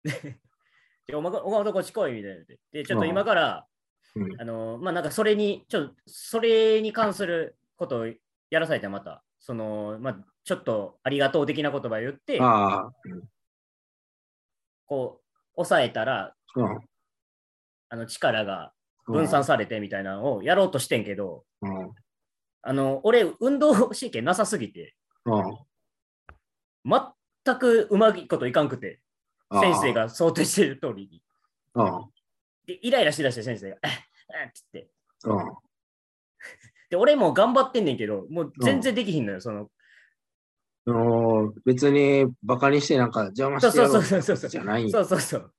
Speaker 2: で、おま岡本こっち来い、みたいなで。で、ちょっ
Speaker 3: う
Speaker 2: と
Speaker 3: ん
Speaker 2: 今から、
Speaker 3: うん
Speaker 2: あの、まあ、なんかそれに、ちょっと、それに関することをやらされて、また、その、まあ、ちょっとありがとう的な言葉を言って、
Speaker 3: ああ、
Speaker 2: こう、抑えたら、
Speaker 3: うん、
Speaker 2: あの力が
Speaker 3: うん
Speaker 2: 分散されてみたいなのをやろうとしてんけど、
Speaker 3: うん、
Speaker 2: あの俺、運動神経なさすぎて、
Speaker 3: うん。
Speaker 2: 全くうまいこといかんくて、
Speaker 3: ああ
Speaker 2: 先生。が想定している通りに。
Speaker 3: うん、
Speaker 2: で、イライラしだして先生が、えっ、えっつって。
Speaker 3: うん、
Speaker 2: で、俺も頑張ってんねんけど、もう全然できひんのよ、その。
Speaker 3: あの別にバカにしてなんか邪魔
Speaker 2: そう
Speaker 3: して
Speaker 2: そ
Speaker 3: や
Speaker 2: う
Speaker 3: ろ
Speaker 2: そううそうそう。
Speaker 3: じゃないん
Speaker 2: そ
Speaker 3: や
Speaker 2: うそうそう。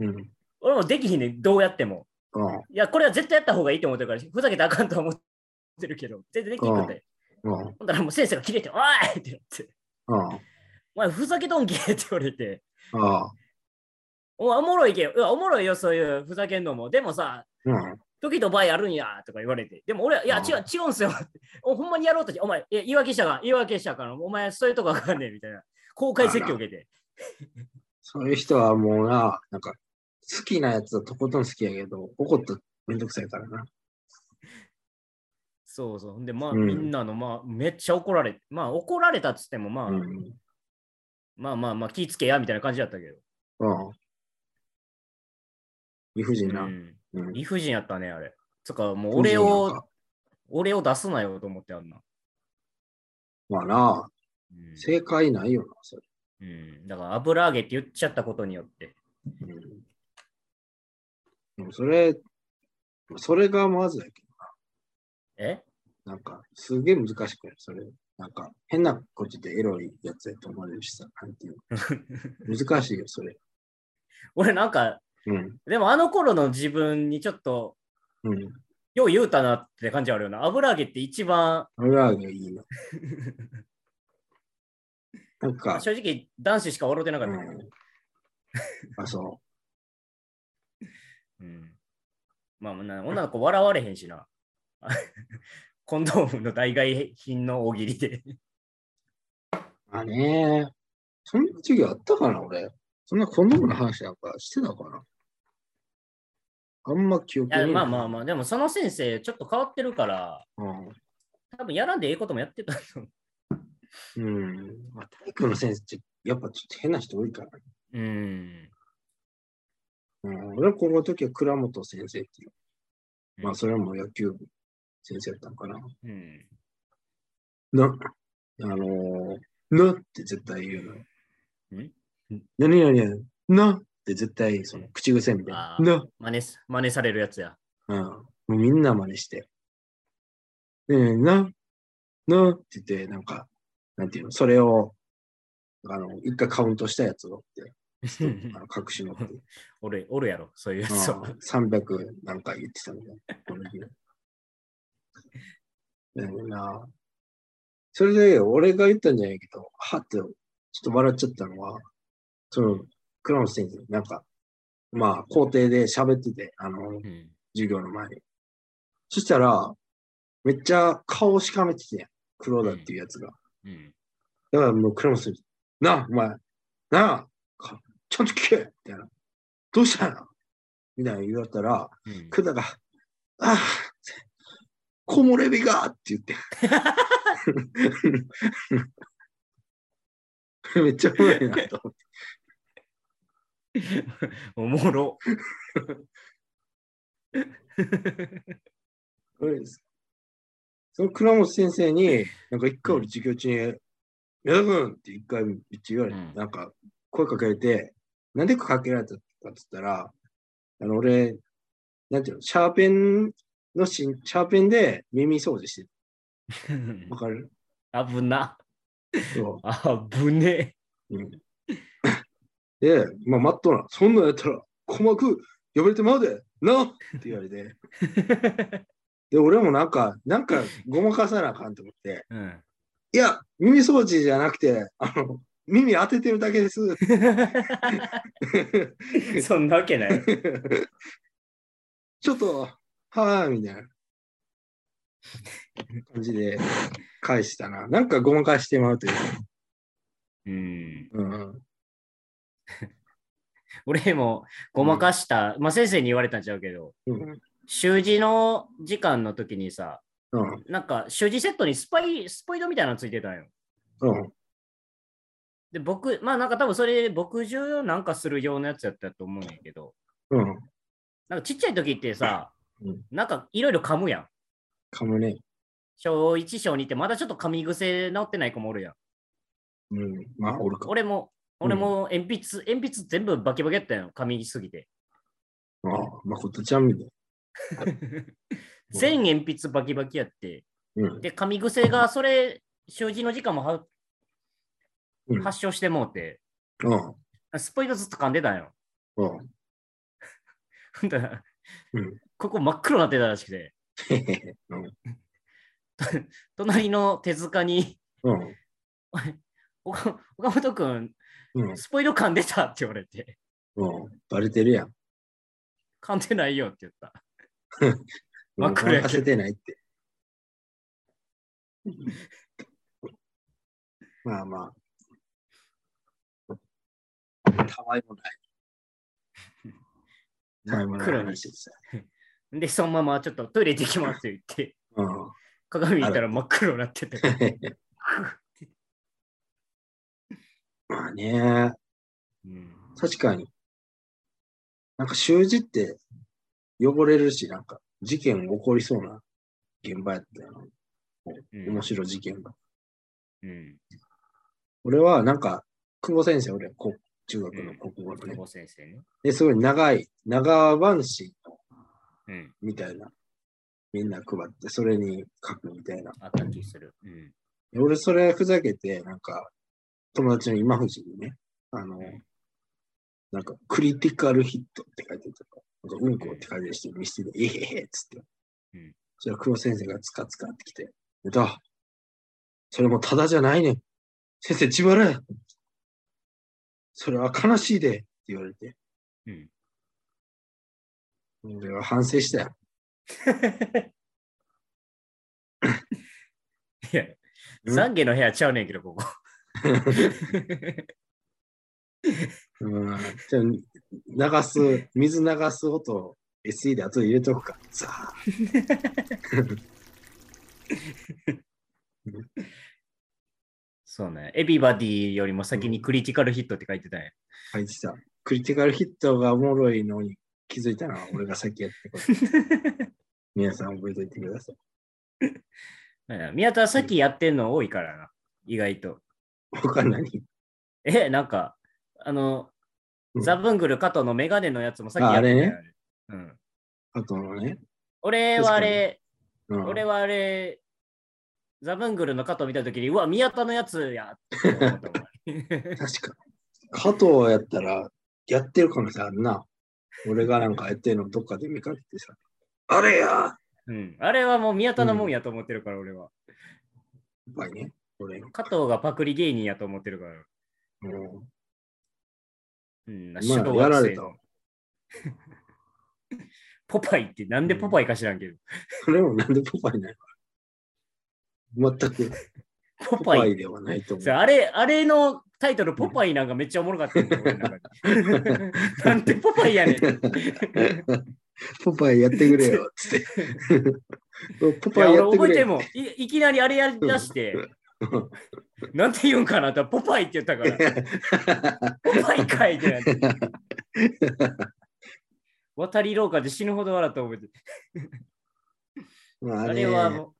Speaker 3: うん、
Speaker 2: 俺もできひんねん、どうやっても。
Speaker 3: うん、
Speaker 2: いや、これは絶対やった方がいいと思ってるから、ふざけてあかんとは思ってるけど、全然できひんくて。
Speaker 3: うん、
Speaker 2: ほんだらもう先生が切れて、おいって言って、
Speaker 3: うん、
Speaker 2: お前ふざけとんけって言われて。
Speaker 3: ああ、
Speaker 2: お前おもろいけど、いやおもろいよ、そういうふざけんのも。でもさ、
Speaker 3: うん、
Speaker 2: 時と場合あるんやとか言われて。でも俺は、いや、
Speaker 3: うん
Speaker 2: 違う、違うんすよ。 <laughs> おほんまにやろうとして、お前、いや言い訳したから、言い訳したから、お前、そういうとこわかんねえみたいな。公開説教受けて。
Speaker 3: そういう人はもうな、なんか、好きなやつはとことん好きやけど、怒ったらめんどくさいからな。
Speaker 2: そうそう。ほんで、まあ、
Speaker 3: うん
Speaker 2: みんなの、まあ、めっちゃ怒られて、まあ、怒られたっつっても、まあ、
Speaker 3: うん、うん、
Speaker 2: まあまあまあ、気ぃつけや、みたいな感じだったけど。
Speaker 3: 理不尽な。
Speaker 2: う
Speaker 3: うん
Speaker 2: ん
Speaker 3: うん
Speaker 2: 理不尽やったね、あれ。つうか、もう俺を、、俺を出すなよと思ってあんな。
Speaker 3: まあな、
Speaker 2: うん
Speaker 3: 正解ないよな、それ。
Speaker 2: うん、だから、油揚げって言っちゃったことによって。
Speaker 3: うん、でもそれ、それがまずやけ
Speaker 2: え
Speaker 3: ど、なんか、すげえ難しくない、それ。なんか、変なことでエロいやつやと思われるしさ、なんていうの。難しいよ、それ。
Speaker 2: 俺なんか、
Speaker 3: うん、
Speaker 2: でもあの頃の自分にちょっと、
Speaker 3: うん。
Speaker 2: よう言うたなって感じあるよな。油揚げって一番、
Speaker 3: 油揚げいいな。なんか、
Speaker 2: 正直男子しか笑ってなかったけど。
Speaker 3: うん、あ、そ
Speaker 2: うんまあな、女の子笑われへんしな。 <laughs> コンドームの代替品の大喜利 <laughs> で。
Speaker 3: う。まあねそんな授業あったかな、俺。そんなコンドームの話なんかしてたかな。あんま記憶
Speaker 2: いや
Speaker 3: に。
Speaker 2: まあまあまあ、でもその先生ちょっと変わってるから、
Speaker 3: あ。うん
Speaker 2: 多分やらんでええこともやってたと思
Speaker 3: う
Speaker 2: う。
Speaker 3: ん。まあ、体育の先生って、やっぱちょっと変な人多いから、ね。
Speaker 2: うん。
Speaker 3: うん、俺は高校の時は倉本先生っていう。まあ、それも野球部先生だったのかな。
Speaker 2: うん。
Speaker 3: な、あのー、なって絶対言うの。
Speaker 2: ん
Speaker 3: 何々やなっって絶対その口癖みたい
Speaker 2: あ
Speaker 3: な。
Speaker 2: ー
Speaker 3: な、
Speaker 2: 真似す真似されるやつ <laughs> や。
Speaker 3: うん。もうみんな真似して。ねえ、な、なって言って、なんか、なんていうの、それを、あの、一回カウントしたやつを
Speaker 2: <laughs>
Speaker 3: って、あの隠し持って、
Speaker 2: おるおるやろ、そういうや
Speaker 3: うん
Speaker 2: つは。
Speaker 3: 300何回言ってたみたいなこの日。でもな、それで俺が言ったんじゃないけど、はって、ちょっと笑っちゃったのは、その、倉本先生、なんか、まあ、校庭で喋ってて、あの、
Speaker 2: うん
Speaker 3: 授業の前に。そしたら、めっちゃ顔しかめててんやん。黒田っていうやつが。
Speaker 2: うん
Speaker 3: だからもう倉本先生、なあ、お前、なあ、かちゃんと聞けみたいな。どうしたのみたいな言われたら、
Speaker 2: うん
Speaker 3: 黒田が、ああ、木漏れ日がって言って。 <laughs> めっちゃ怖いなと思って。
Speaker 2: おもろ。
Speaker 3: それですその倉本先生に、なんか一回俺授業中に、矢田君って一回めっちゃ言われて、
Speaker 2: うん
Speaker 3: なんか声かけられて、なんでかけられたかって言ったら、あの俺、なんていうの、シャーペンのし、シャーペンで耳掃除してる。わか
Speaker 2: <laughs>
Speaker 3: る
Speaker 2: <laughs> 危な。
Speaker 3: そう
Speaker 2: 危ね
Speaker 3: うんで、まあ、マットな、そんなんやったら、鼓膜破れてまうで、なって言われて、
Speaker 2: え。
Speaker 3: で、俺もなんか、なんか、ごまかさなあかんと思って、
Speaker 2: うん
Speaker 3: いや、耳掃除じゃなくて、あの、耳当ててるだけです。
Speaker 2: <laughs>
Speaker 3: <laughs>
Speaker 2: そんなわけない。
Speaker 3: ちょっと、はぁ、みたいな感じで返したな。なんかごまかしてまうという。
Speaker 2: うん、
Speaker 3: うん、
Speaker 2: 俺もごまかした、まあ先生に言われたんちゃうけど、
Speaker 3: うん、
Speaker 2: 習字の時間の時にさ、
Speaker 3: うん、
Speaker 2: なんか習字セットにスパイ、スポイドみたいなのついてたんよ。
Speaker 3: うん、
Speaker 2: で、僕、まあなんか多分それ、牧場なんかするようなやつやったと思うんやけど、
Speaker 3: うん、
Speaker 2: なんかちっちゃい時ってさ、
Speaker 3: うん
Speaker 2: なんかいろいろ噛むやん。
Speaker 3: かもね。
Speaker 2: 小1、小2ってまだちょっと噛み癖治ってない子もおるやん。
Speaker 3: うん、まあ、おるか。
Speaker 2: 俺も、
Speaker 3: うん
Speaker 2: 俺も鉛筆、鉛筆全部バキバキやったんよ、噛みすぎて。
Speaker 3: ああ、まことちゃんみたい
Speaker 2: 全鉛筆バキバキやって。
Speaker 3: な。うん
Speaker 2: で、噛み癖がそれ、習字の時間もは
Speaker 3: うん
Speaker 2: 発症してもうて、
Speaker 3: うん。
Speaker 2: スポイトずっと噛んでたんよ。
Speaker 3: うん。
Speaker 2: ほんだら
Speaker 3: うん
Speaker 2: ここ真っ黒になってたらしくて、
Speaker 3: <laughs> へへへうん
Speaker 2: 隣の手塚に、
Speaker 3: うん。
Speaker 2: おか岡本君、
Speaker 3: うん。
Speaker 2: スポイト噛んでたって言われて、
Speaker 3: うん。バレてるやん。
Speaker 2: 噛んでないよって言った。
Speaker 3: も
Speaker 2: 真
Speaker 3: う
Speaker 2: っ黒やけど
Speaker 3: 任せてないっ
Speaker 2: <laughs>
Speaker 3: て。まあまあ。たわいも
Speaker 2: <laughs>
Speaker 3: ない。たわいもない話ですよ。
Speaker 2: で、そのままちょっとトイレ行ってきますって
Speaker 3: <laughs>
Speaker 2: 言って、
Speaker 3: うん。
Speaker 2: 鏡見たら真っ黒になってて。
Speaker 3: まあね、
Speaker 2: うん
Speaker 3: 確かに。なんか習字って汚れるし、なんか事件起こりそうな現場やったよな。
Speaker 2: うん
Speaker 3: 面白い事件が。
Speaker 2: うん。
Speaker 3: 俺はなんか、久保先生、俺、こ中学の国語の
Speaker 2: 久
Speaker 3: ね。
Speaker 2: 保先生ね。
Speaker 3: で、すごい長い、長番誌
Speaker 2: うん。
Speaker 3: みたいな、みんな配って、それに書くみたいな。
Speaker 2: あった気する。うん。
Speaker 3: で俺、それふざけて、なんか、友達の今藤にね、あの、なんか、クリティカルヒットって書いてたから、なんか、うんこって書いてる人に見せて、えへへっつって。
Speaker 2: うん
Speaker 3: そしたら久保先生がつかつかってきて、だ、それもただじゃないねん。先生、自腹や。それは悲しいで、って言われて。
Speaker 2: うん。
Speaker 3: 俺は反省したよ。
Speaker 2: <laughs> いや、懺悔の部屋ちゃうねんけど、ここ。
Speaker 3: うん。じゃあ流す、水流す音、SE で後で入れとくか。ザー
Speaker 2: そうね。エビバディよりも先にクリティカルヒットって書いてたんや。
Speaker 3: 書いてた。クリティカルヒットがおもろいのに気づいたのは俺が先やってこと。皆さん覚えておいてください。
Speaker 2: うん宮田さっきやってんの多いからな。意外と。
Speaker 3: 他何
Speaker 2: え、なんか、あの、
Speaker 3: うん
Speaker 2: ザブングル加藤のメガネのやつもさっきやった
Speaker 3: ああ
Speaker 2: や
Speaker 3: れ
Speaker 2: んうん。
Speaker 3: あとのね。
Speaker 2: 俺はあれ、
Speaker 3: うん、
Speaker 2: 俺はあれ、ザブングルの加藤見たときに、うわ、宮田のやつやって思
Speaker 3: <laughs>
Speaker 2: ったも
Speaker 3: 確
Speaker 2: ん
Speaker 3: か加藤やったら、やってる可能性あるな。俺がなんかやってるのどっかで見かけてさ。あれややっ
Speaker 2: うん。あれはもう宮田のもんやと思ってるから、俺は。
Speaker 3: ぱりね。俺の。
Speaker 2: 加藤がパクリ芸人やと思ってるから。
Speaker 3: うん
Speaker 2: うん、
Speaker 3: まあ
Speaker 2: 小学生
Speaker 3: やられた
Speaker 2: の <laughs> ポパイってなんでポパイか知らんけど。
Speaker 3: それもなんでポパイなの全くポ
Speaker 2: ポパ
Speaker 3: パ
Speaker 2: イ
Speaker 3: イではないと思
Speaker 2: そう
Speaker 3: う。
Speaker 2: あれ、あれのタイトル、ポパイなんかめっちゃおもろかったんだよ俺の
Speaker 3: <laughs>
Speaker 2: 中で <laughs> なんてポパイやねん。
Speaker 3: ポパイやってくれよ、つ <laughs> って。ポ
Speaker 2: い
Speaker 3: パ
Speaker 2: や、
Speaker 3: イ
Speaker 2: 俺
Speaker 3: やってく
Speaker 2: 覚え
Speaker 3: れ
Speaker 2: て
Speaker 3: よ。
Speaker 2: もい、いきなりあれやりだして、なんて言うんかなと、ポパイって言ったから、
Speaker 3: <laughs>
Speaker 2: ポパイかいってなって。渡り廊下で死ぬほど笑った覚えてる。
Speaker 3: まあ
Speaker 2: あ
Speaker 3: あ
Speaker 2: れ
Speaker 3: れ
Speaker 2: は
Speaker 3: は
Speaker 2: もう。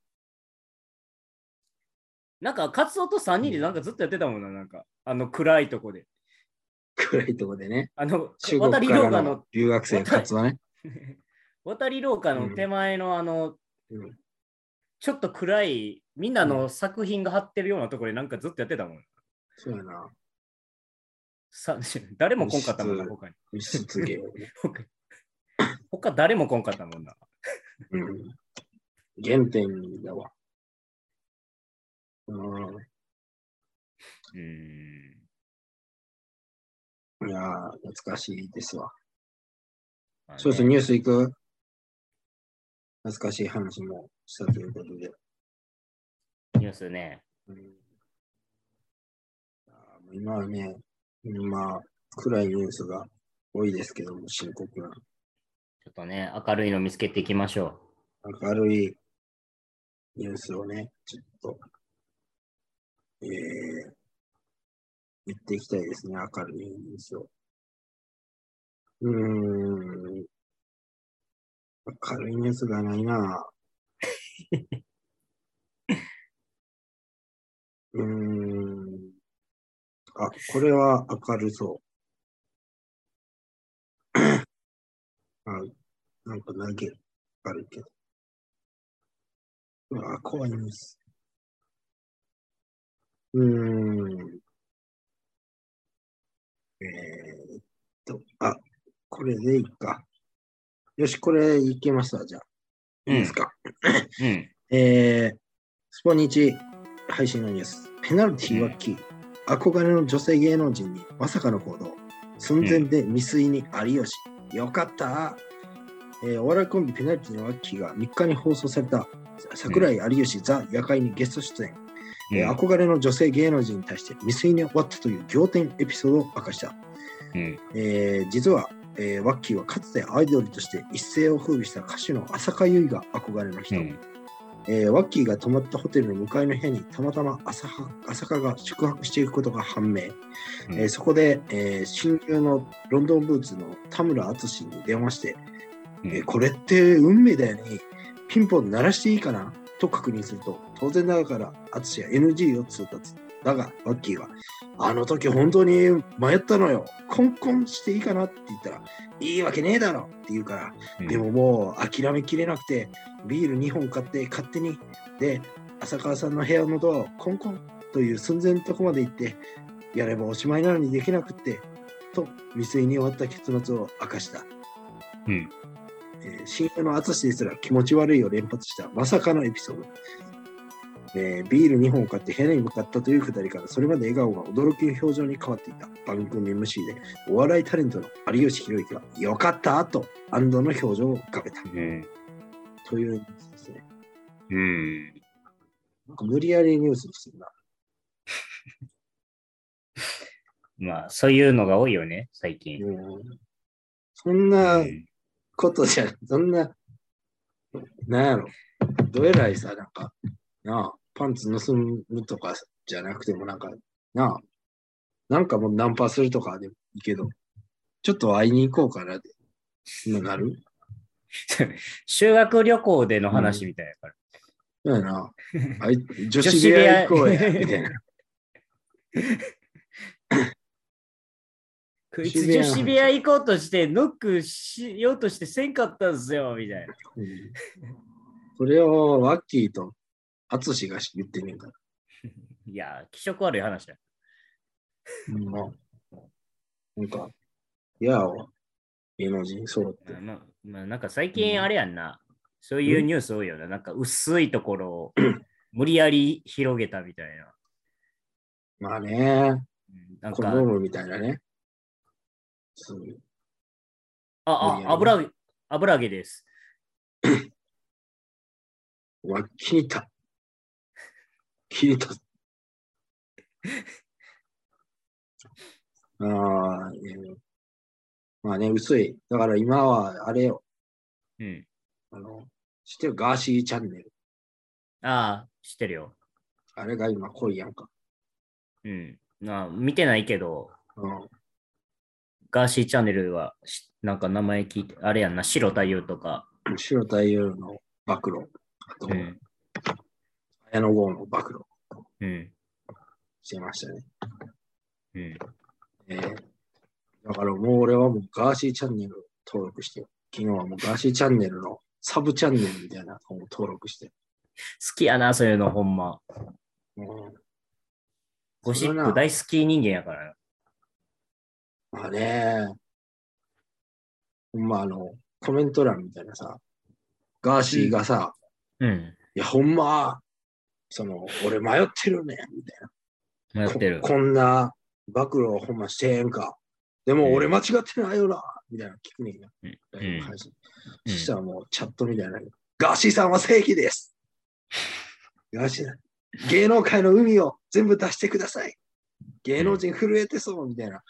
Speaker 2: なんか、カツオと3人でなんかずっとやってたもんな、なんか、あの暗いとこで。
Speaker 3: 暗いとこでね。
Speaker 2: あの、
Speaker 3: 中国
Speaker 2: 渡
Speaker 3: か
Speaker 2: り廊
Speaker 3: ら
Speaker 2: 下の <laughs>
Speaker 3: の留学生の活動ね。
Speaker 2: 渡り廊下の手前のあの、
Speaker 3: うん
Speaker 2: ちょっと暗い、みんなの作品が貼ってるようなところでなんかずっとやってたもん。
Speaker 3: そうやな。
Speaker 2: さ <laughs> 誰も来んかったもんな、
Speaker 3: 実
Speaker 2: 他に。
Speaker 3: 密室芸をね。
Speaker 2: 他に他誰も来んかったもんな。
Speaker 3: うん原点だわ。う
Speaker 2: うーん。
Speaker 3: ん。いやー、懐かしいですわ。
Speaker 2: まあね
Speaker 3: そうそう、ニュース行く懐かしい話もしたということで。
Speaker 2: ニュースね。
Speaker 3: うんあー今はね、まあ、暗いニュースが多いですけども、深刻な。
Speaker 2: ちょっとね、明るいの見つけていきましょ
Speaker 3: 明るいニュースをね、ちょっと、えー、言っていきたいですね、明るいニュースを。うーん、明るいニュースがないなぁうーん、あ、これは明るそう。 <coughs> あ、なんか投げあるけど。うわ、怖いニュース。うーん。えー、っと、あ、これでいいか。よし、これいけました、じゃあ。
Speaker 2: う。
Speaker 3: いいですか。
Speaker 2: うん。うん。
Speaker 3: えー、スポニチ配信のニュース。ペナルティーはキー。憧れの女性芸能人にまさかの行動。寸前で未遂に有吉。よかった、えーお笑いコンビペナルティーのワッキーが3日に放送された桜井有吉ザ・夜会にゲスト出演、えー憧れの女性芸能人に対して未遂に終わったという仰天エピソードを明かした。
Speaker 2: うん。
Speaker 3: えー実は、えーワッキーはかつてアイドルとして一世を風靡した歌手の浅香唯が憧れの人。
Speaker 2: うん。
Speaker 3: えーワッキーが泊まったホテルの向かいの部屋にたまたま朝は朝香が宿泊していることが判明、
Speaker 2: うん
Speaker 3: えーそこで、えー親友のロンドンブーツの田村淳に電話して、
Speaker 2: うん
Speaker 3: えーこれって運命だよねピンポン鳴らしていいかなと確認すると当然だから淳は NG を通達だがワッキーはあの時本当に迷ったのよコンコンしていいかなって言ったらいいわけねえだろって言うからでももう諦めきれなくてビール2本買って勝手にで浅川さんの部屋のドアをコンコンという寸前のとこまで行ってやればおしまいなのにできなくってと未遂に終わった結末を明かした、
Speaker 2: うん
Speaker 3: えー親友の淳ですら気持ち悪いを連発したまさかのエピソード、えービール2本買って部屋に向かったというくだりからそれまで笑顔が驚きの表情に変わっていた番組 MC でお笑いタレントの有吉弘行が「よかった!」と安堵の表情を浮かべた
Speaker 2: うん。
Speaker 3: というニュースですね。
Speaker 2: うん。
Speaker 3: なんか無理やりニュースにしてるな。
Speaker 2: まあ、そういうのが多いよね、最近。
Speaker 3: うんそんなことじゃ、そんな、なんやろ。どえらいさ、なんか、なあ、パンツ盗むとかじゃなくても、なんか、なあ、なんかもうナンパするとかでもいいけど、ちょっと会いに行こうかなって、なる
Speaker 2: 修学旅行での話みたいだから。
Speaker 3: そうやな。あい女子部屋行こうや、みたいな。
Speaker 2: こいつ女子部屋行こうとして、ノックしようとしてせんかったんすよ、みたいな。
Speaker 3: うんそれをワッキーと淳が言ってんねえから。
Speaker 2: いや、気色悪い話だ。
Speaker 3: なんか、いやお、芸能人そうって。
Speaker 2: まあ、まあ、なんか最近あれやんな、そういうニュース多いよな。なんか薄いところを無理やり広げたみたいな。
Speaker 3: まあね、
Speaker 2: うんなん
Speaker 3: コ
Speaker 2: か
Speaker 3: ンドー、ムみたいなね。そう
Speaker 2: あ、あ、油揚げ、油揚げです。
Speaker 3: わ、切りた。切りた。ああ、ね、まあね、薄い。だから今は、あれよ、
Speaker 2: うん。
Speaker 3: あの、知ってるガーシーチャンネル。
Speaker 2: ああ、知ってるよ。
Speaker 3: あれが今濃いやんか。
Speaker 2: うん。まあ、見てないけど、
Speaker 3: うん。
Speaker 2: ガーシーチャンネルはし、なんか名前聞いて、あれやんな、白太夫とか、
Speaker 3: 白太夫の暴露。あと、
Speaker 2: うん、
Speaker 3: 綾野剛の暴露
Speaker 2: うん、
Speaker 3: してましたね。
Speaker 2: うん。
Speaker 3: えーだからもう俺はもうガーシーチャンネル登録して、昨日はもうガーシーチャンネルのサブチャンネルみたいなのを登録して。
Speaker 2: 好きやな、そういうの、ほんま。
Speaker 3: うん
Speaker 2: ゴシ
Speaker 3: それ
Speaker 2: ッ
Speaker 3: な
Speaker 2: プ大好き人間やからな。
Speaker 3: まあね、ほんまあの、コメント欄みたいなさ、ガーシーがさ、
Speaker 2: うん。
Speaker 3: いやほんま、その、俺迷ってるねんみたいな。
Speaker 2: 迷ってる
Speaker 3: こ。こんな暴露をほんましてええんか。でも俺間違ってないよな、みたいなの聞くねんや。
Speaker 2: うん
Speaker 3: ライブ配信
Speaker 2: うん
Speaker 3: そしたらもうチャットみたいなのに。ガーシーさんは正義ですガーシーさん、芸能界の海を全部出してください芸能人震えてそうみたいな。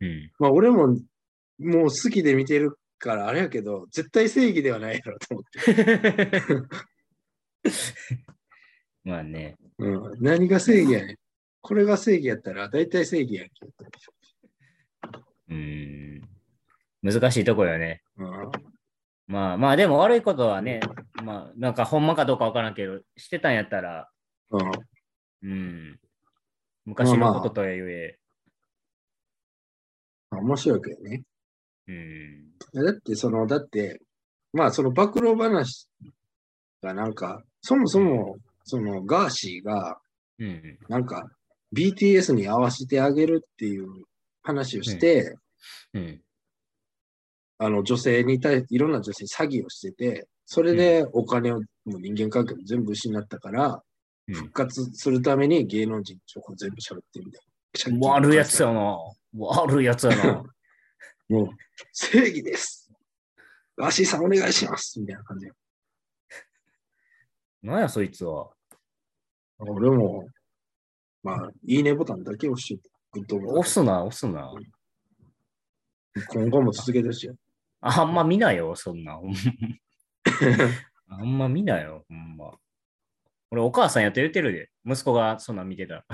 Speaker 2: うん。
Speaker 3: まあ俺ももう好きで見てるからあれやけど、絶対正義ではないやろと思って。
Speaker 2: <laughs> まあね。
Speaker 3: うん、何が正義やねん。これが正義やったら大体正義やんけ。
Speaker 2: うん。難しいとこよね。
Speaker 3: うん
Speaker 2: まあまあ、でも悪いことはね、まあ、なんかほんまかどうかわからんけど、してたんやったら、
Speaker 3: うん
Speaker 2: うん。昔のこととはゆえ、
Speaker 3: まあ面白いけどね。
Speaker 2: うん。
Speaker 3: いやだって、その、だって、まあ、その暴露話がなんか、そもそも、そのガーシーが、
Speaker 2: うん。
Speaker 3: なんか、BTS に合わせてあげるっていう話をして、
Speaker 2: うん。
Speaker 3: あの、女性に対して、いろんな女性に詐欺をしてて、それでお金を、もう人間関係も全部失ったから、
Speaker 2: うん
Speaker 3: 復活するために芸能人の情報全部喋ってみたいな。
Speaker 2: 悪いやつやな。悪いやつやな。
Speaker 3: もう、正義ですガーシーさんお願いしますみたいな感じ。
Speaker 2: なんや、そいつは。
Speaker 3: 俺も、まあ、いいねボタンだけ押して、グッドボ
Speaker 2: 押
Speaker 3: タ
Speaker 2: すな、押すな。
Speaker 3: ン。今後も続けてほしいよ。
Speaker 2: あんま見ないよ、そんな。ほんまあんま見ないよ、ほんま。俺、お母さんやって言ってるで。息子がそんなん見てたら。
Speaker 3: い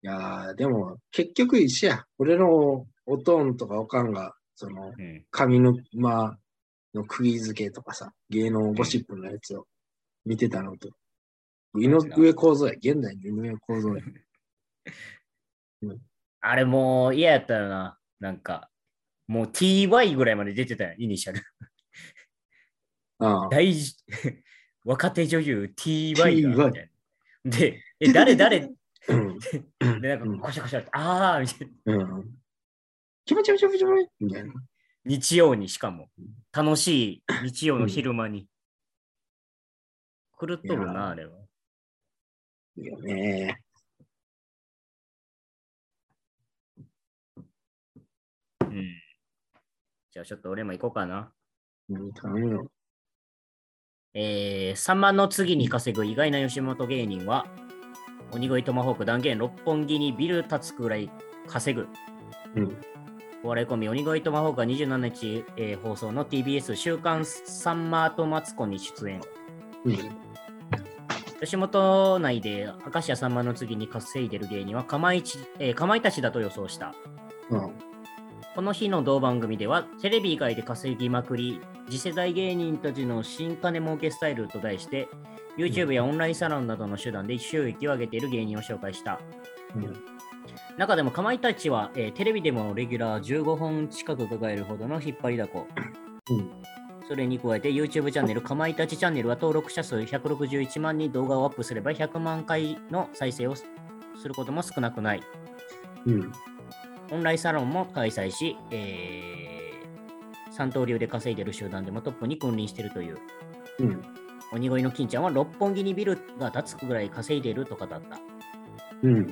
Speaker 3: やーでも、結局一緒や。俺のおとんとかおかんが、その、
Speaker 2: うん。
Speaker 3: 上沼の釘付けとかさ、芸能ゴシップのやつを見てたのと、井上公造や、現代の井上公造や。
Speaker 2: あれ、もう嫌やったよな。なんか、もう TY ぐらいまで出てたよ、イニシャル。
Speaker 3: ああ
Speaker 2: 大事。 <laughs> 若手女優 TY が
Speaker 3: TY
Speaker 2: みたいな。で、え、
Speaker 3: <laughs>
Speaker 2: 誰誰で、
Speaker 3: うん
Speaker 2: なんか、こしゃこしゃって、あーみたいな。
Speaker 3: うん。気持ち悪い気持ち悪いみたいな。
Speaker 2: 日曜にしかも、楽しい日曜の昼間に。狂っと
Speaker 3: いや
Speaker 2: る
Speaker 3: ー
Speaker 2: な、あれは。
Speaker 3: いいよね。
Speaker 2: うん。じゃあちょっと俺も行こうかな。
Speaker 3: うん、頼むよ。
Speaker 2: えー、3万の次に稼ぐ意外な吉本芸人は、鬼越トマホーク断言六本木にビル建つくらい稼ぐ。
Speaker 3: うん。
Speaker 2: お笑いコンビ鬼越トマホークが27日、えー放送の TBS 週刊サンマーとマツコに出演。
Speaker 3: うん。
Speaker 2: 吉本内で明石家さんまの次に稼いでる芸人はかまいち、えーかまいたちだと予想した。
Speaker 3: うん。
Speaker 2: この日の同番組では、テレビ以外で稼ぎまくり、次世代芸人たちの新金儲けスタイルと題して、YouTube やオンラインサロンなどの手段で収益を上げている芸人を紹介した。
Speaker 3: うん
Speaker 2: 中でもかまいたちは、えーテレビでもレギュラー15本近く抱えるほどの引っ張りだこ。
Speaker 3: うん
Speaker 2: それに加えて YouTube チャンネルかまいたちチャンネルは登録者数161万人動画をアップすれば100万回の再生をすることも少なくない。
Speaker 3: うん。
Speaker 2: オンラインサロンも開催し、えー、三刀流で稼いでる集団でもトップに君臨しているという。
Speaker 3: うん。
Speaker 2: 鬼越の金ちゃんは六本木にビルが建つくぐらい稼いでいると語った。
Speaker 3: うん。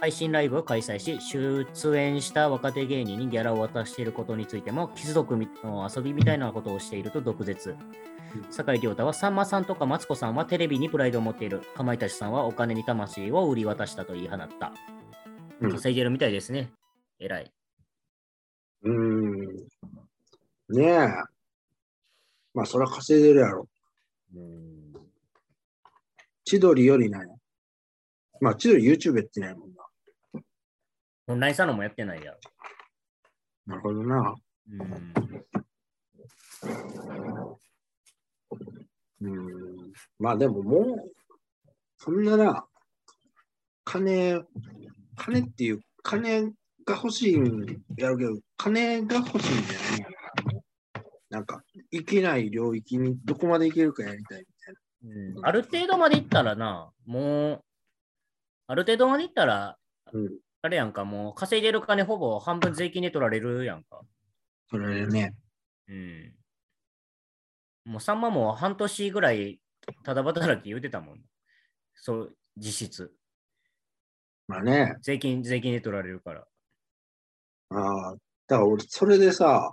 Speaker 2: 配信ライブを開催し、出演した若手芸人にギャラを渡していることについても、貴族の遊びみたいなことをしていると毒舌。酒井亮太は、さんまさんとかマツコさんはテレビにプライドを持っている。かまいたちさんはお金に魂を売り渡したと言い放った。
Speaker 3: うん
Speaker 2: 稼いでるみたいですね。偉い。
Speaker 3: うーん。ねえ。まあ、そりゃ稼いでるやろ。
Speaker 2: うん
Speaker 3: 千鳥よりない。まあ、千鳥 YouTube やってないもんな。
Speaker 2: オンラインサロンもやってないやろ。
Speaker 3: なるほどな。
Speaker 2: うん
Speaker 3: うーん。まあ、でももう、そんなな、金、金っていう、金が欲しいんやるけど、金が欲しいんじゃないんやな。なんか、いけない領域にどこまでいけるかやりたいみたい
Speaker 2: うんある程度までいったらな、もう、ある程度までいったら、
Speaker 3: な。うん。
Speaker 2: あれやんか、もう稼いでる金ほぼ半分税金で取られるやんか。
Speaker 3: それでね。
Speaker 2: うん。もうさんまも半年ぐらいただ働き言うてたもん。そう、実質。
Speaker 3: まあね。
Speaker 2: 税金、税金で取られるから。
Speaker 3: ああ、だから俺、それでさ、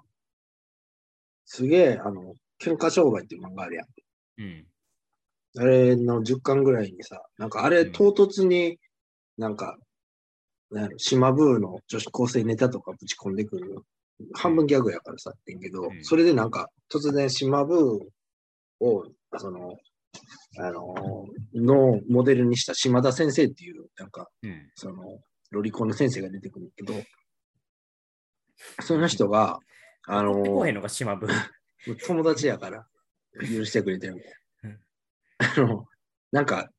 Speaker 3: すげえ、あの、喧嘩商売っていう漫画あるやん。
Speaker 2: うん。
Speaker 3: あれの10巻ぐらいにさ、なんかあ
Speaker 2: う
Speaker 3: れ
Speaker 2: ん
Speaker 3: 唐突に、なんか、なんやろ、島ブーの女子高生ネタとかぶち込んでくる。半分ギャグやからさ、ってんけど
Speaker 2: う、ん
Speaker 3: それでなんか、突然島ブーを、その、あの、のモデルにした島田先生っていう、なんか、
Speaker 2: うん。
Speaker 3: その、ロリコンの先生が出てくるんだけど、その人が、あの、
Speaker 2: でこうへんのが島分。。
Speaker 3: 友達やから、許してくれてるみたいうなんあの、なんか、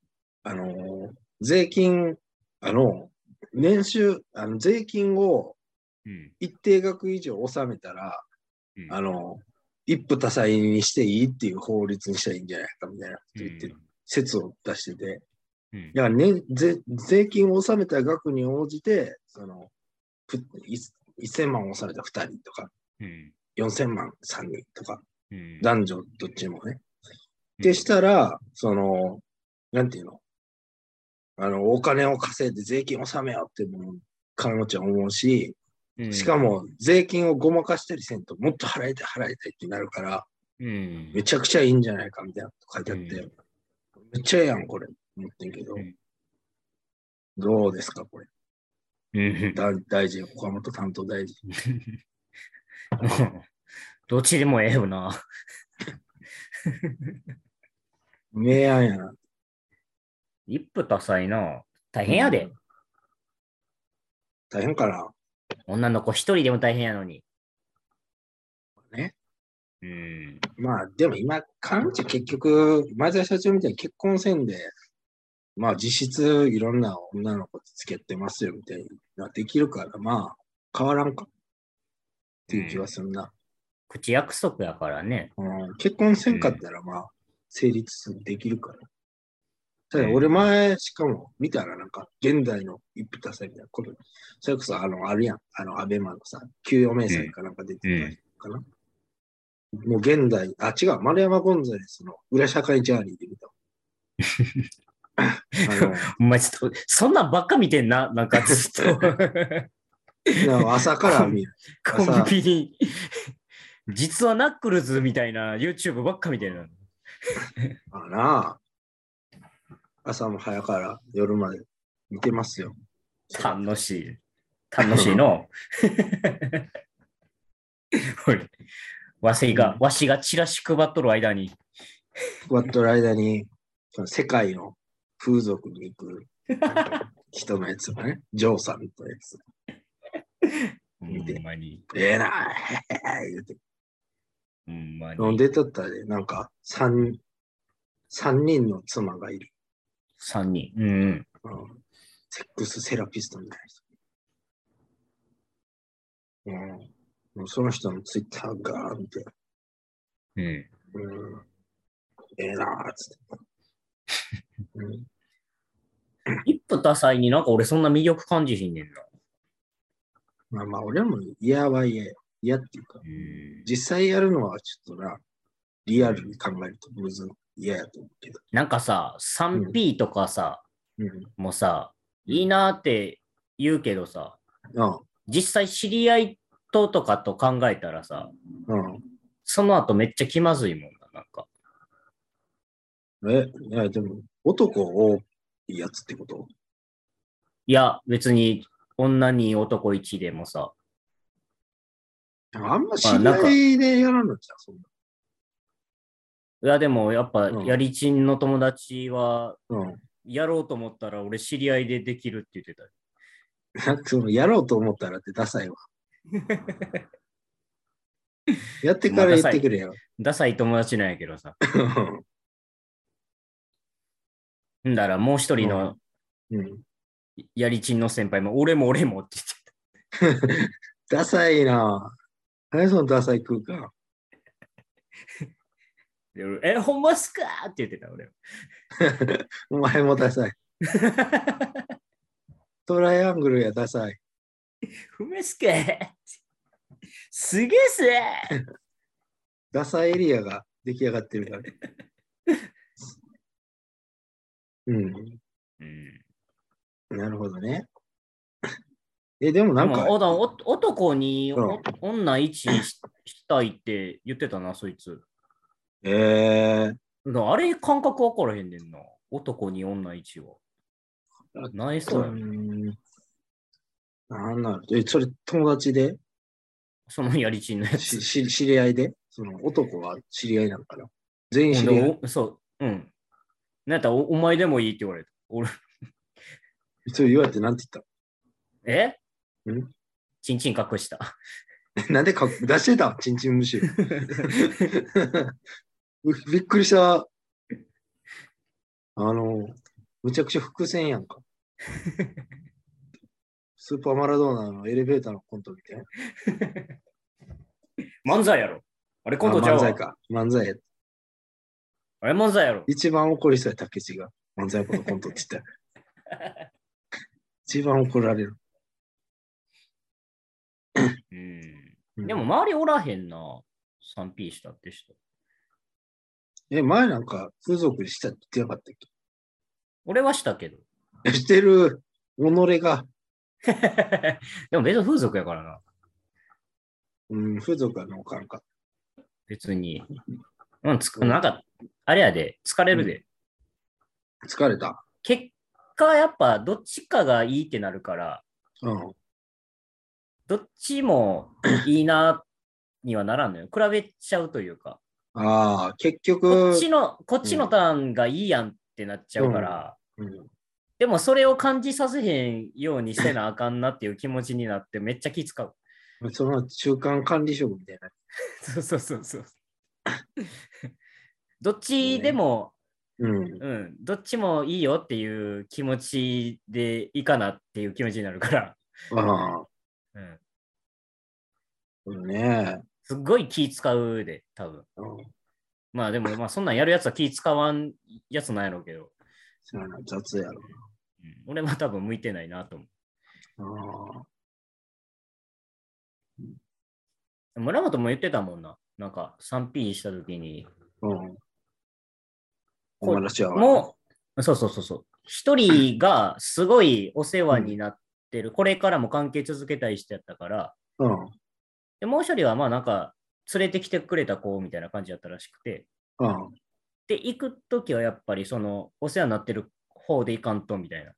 Speaker 3: あの、税金、あの、年収、あの税金を
Speaker 2: うん。
Speaker 3: 一定額以上納めたら、
Speaker 2: うん
Speaker 3: あの、一夫多妻にしていいっていう法律にしたらいいんじゃないかみたいなこと言ってる、説を出してて、
Speaker 2: うん
Speaker 3: いや、ね、ぜ税金を納めた額に応じて、その、ふい1000万を納めた2人とか、
Speaker 2: うん。
Speaker 3: 4000万3人とか、
Speaker 2: うん。
Speaker 3: 男女どっちもね。
Speaker 2: うん
Speaker 3: でしたら、その、なんていうのあの、お金を稼いで税金を納めようってもう金持ちは思うし、
Speaker 2: うん
Speaker 3: しか、も税金をごまかしたりせんと、もっと払いたい払いたいってなるから、
Speaker 2: うん。
Speaker 3: めちゃくちゃいいんじゃないかみたいなこと書いてあって、めっちゃええやん、これ。思ってんけど
Speaker 2: うん。
Speaker 3: どうですか、これ。
Speaker 2: うん
Speaker 3: だ大臣、岡本担当大臣。
Speaker 2: うん <laughs> どっちでもええよな。
Speaker 3: 明暗やな。
Speaker 2: 一夫多妻な。大変やで。
Speaker 3: 大変かな。
Speaker 2: 女の子一人でも大変やのに。
Speaker 3: ね。
Speaker 2: うん。
Speaker 3: まあ、でも今、彼女結局、前澤社長みたいに結婚せんで、まあ実質いろんな女の子と付き合ってますよみたいな、できるから、まあ、変わらんかっていう気はするな。
Speaker 2: 口約束やからね。
Speaker 3: うん結婚せんかったら、まあ、成立できるから。ただ、
Speaker 2: うん
Speaker 3: 俺前、しかも見たら、なんか、現代の一夫多妻みたいなこと、それこそ、あの、あるやん、あの、アベマのさ、給与明細かなんか出てたりかな。もう現代、あ、違う、丸山ゴンザレスの裏社会ジャーニーで見たわ。
Speaker 2: <laughs>
Speaker 3: あの
Speaker 2: お前ちょっと、そんなんばっか見てんな。なんかず
Speaker 3: <laughs>
Speaker 2: っと。
Speaker 3: なんか朝から見る。
Speaker 2: コンビニ。実はナックルズみたいな YouTube ばっか見てる。
Speaker 3: あな朝も早から夜まで見てますよ。
Speaker 2: 楽しい。楽しいの。ほれわしが、わしがチラシ配っとる間に。
Speaker 3: 配っとる間に、その世界の風俗に行く人のやつがね、ジョーさんとやつ。
Speaker 2: ほ
Speaker 3: 見て
Speaker 2: んまに。
Speaker 3: ええな、へへへ言うて。
Speaker 2: ほんまに。
Speaker 3: 飲んでたったらね、なんか3、三人の妻がいる、
Speaker 2: 3人。うんうん。
Speaker 3: うんセックスセラピストみたいな人。うんもうその人のツイッターが見て、
Speaker 2: うん。
Speaker 3: うん、ええなーっつって。うん
Speaker 2: 一歩多彩になんか俺そんな魅力感じひんねんな。
Speaker 3: まあまあ、俺も嫌は嫌や。嫌っていうか、
Speaker 2: うん。
Speaker 3: 実際やるのはちょっとな、リアルに考えるとむず嫌やと思うけど。
Speaker 2: なんかさ、3P とかさ、
Speaker 3: う
Speaker 2: もうさ、いいなーって言うけどさ、
Speaker 3: ん。あ
Speaker 2: 実際知り合いととかと考えたらさ、
Speaker 3: あ、うん。
Speaker 2: その後めっちゃ気まずいもんな、なんか。
Speaker 3: え、いや、でも、男多いやつってこと
Speaker 2: いや、別に女に男1でもさ、
Speaker 3: でもあんま知
Speaker 2: あ
Speaker 3: り
Speaker 2: なんか
Speaker 3: 合いでやらんのじゃん、そん
Speaker 2: いやでもやっぱ
Speaker 3: うん
Speaker 2: やりちんの友達は
Speaker 3: な。うん。
Speaker 2: やろうと思ったら俺知り合いでできるって言ってたよ。
Speaker 3: なん <laughs> かそのやろうと思ったらってダサいわ。やってから言ってくれよ。 <laughs>
Speaker 2: ダサい友達なんやけどさ。んだらもう一人の
Speaker 3: うん。
Speaker 2: やりちんの先輩も俺も俺もって言ってた。
Speaker 3: ダサいなぁ。何そのダサい空間。
Speaker 2: で俺え、ほんまっすかって言ってた俺。
Speaker 3: お前もダサい。トライアングルやダサい。
Speaker 2: ふめすけすげえっすね
Speaker 3: ダサいエリアが出来上がってるから。
Speaker 2: <laughs>
Speaker 3: うん。
Speaker 2: うん。
Speaker 3: なるほどね。え、でもなん
Speaker 2: で
Speaker 3: か
Speaker 2: も、おだお男に、
Speaker 3: うん
Speaker 2: お女一ししたいって言ってたな、そいつ。
Speaker 3: えー、
Speaker 2: なあれ感覚わからへんねんな。男に女一は。ないそうや
Speaker 3: う
Speaker 2: ね
Speaker 3: ん。なんなのえ、それ友達で
Speaker 2: <laughs> そのやりちんのやつ
Speaker 3: し。し知り合いでその男は知り合いなのかな全員
Speaker 2: ほ
Speaker 3: 知
Speaker 2: ん
Speaker 3: り合い。
Speaker 2: でおそう。うん。なんやったらおお前でもいいって言われた。俺、
Speaker 3: それ言われてなんて言っ
Speaker 2: え
Speaker 3: うん
Speaker 2: ちんちん隠した。
Speaker 3: たなんでか出してたちんちんむしろ。う <laughs> びっくりした。あの、むちゃくちゃ伏線やんか。スーパーマラドーナのエレベーターのコントみたいな。
Speaker 2: 漫才やろ。あれコントちゃ
Speaker 3: あ
Speaker 2: う
Speaker 3: 漫
Speaker 2: わ
Speaker 3: 才か。漫才や。
Speaker 2: あれ漫才やろ。
Speaker 3: 一番怒りそうや、たけしが。漫才のコントって言ったら。
Speaker 2: <laughs>
Speaker 3: 一番怒られる。
Speaker 2: うん。
Speaker 3: うん
Speaker 2: でも、周りおらへんな。3P したって人。
Speaker 3: え、前なんか風俗でしたって言ってなかったっ
Speaker 2: 俺はしたけど。 <laughs>
Speaker 3: けしてる己が、
Speaker 2: でも別に風俗やからな。
Speaker 3: うん、風俗はのかんか。
Speaker 2: 別に。うん、つくなんか、あれやで、疲れるで。
Speaker 3: 疲れた。
Speaker 2: 結果、やっぱ、どっちかがいいってなるから、
Speaker 3: うん。
Speaker 2: どっ
Speaker 3: <coughs>
Speaker 2: ちもいいな、にはならんのよ。比べちゃうというか、
Speaker 3: ああ、結
Speaker 2: こ
Speaker 3: 局
Speaker 2: っ、ちの、こっちのターンがいいやんってなっちゃうから、
Speaker 3: うん、
Speaker 2: でもそれを感じさせへんようにしてなあかんなっていう気持ちになって、めっちゃ気使う。
Speaker 3: その中間管理職みたいな。
Speaker 2: そうそうそうそう。 <laughs> どっちでも、
Speaker 3: うん。
Speaker 2: うん、どっちもいいよっていう気持ちでいいかなっていう気持ちになるから、
Speaker 3: ああ、
Speaker 2: うん、
Speaker 3: そうね。
Speaker 2: すっごい気使うで、多分。
Speaker 3: うん
Speaker 2: まあでも、まあそんなんやるやつは気使わんやつなんやろうけど、
Speaker 3: そうやな雑やろ。
Speaker 2: うん、俺は多分向いてないなと思
Speaker 3: ああ
Speaker 2: う。村本も言ってたもんな。なんか 3P した時に、
Speaker 3: うん。お前らしやわ。
Speaker 2: もう、そうそうそうそう。一人がすごいお世話になってる、これからも関係続けたい人やったから、
Speaker 3: うん。
Speaker 2: で、もう一人はまあなんか、連れてきてくれた子みたいな感じだったらしくて、
Speaker 3: うん。
Speaker 2: で、行くときはやっぱりその、お世話になってる方で行かんとみたいな。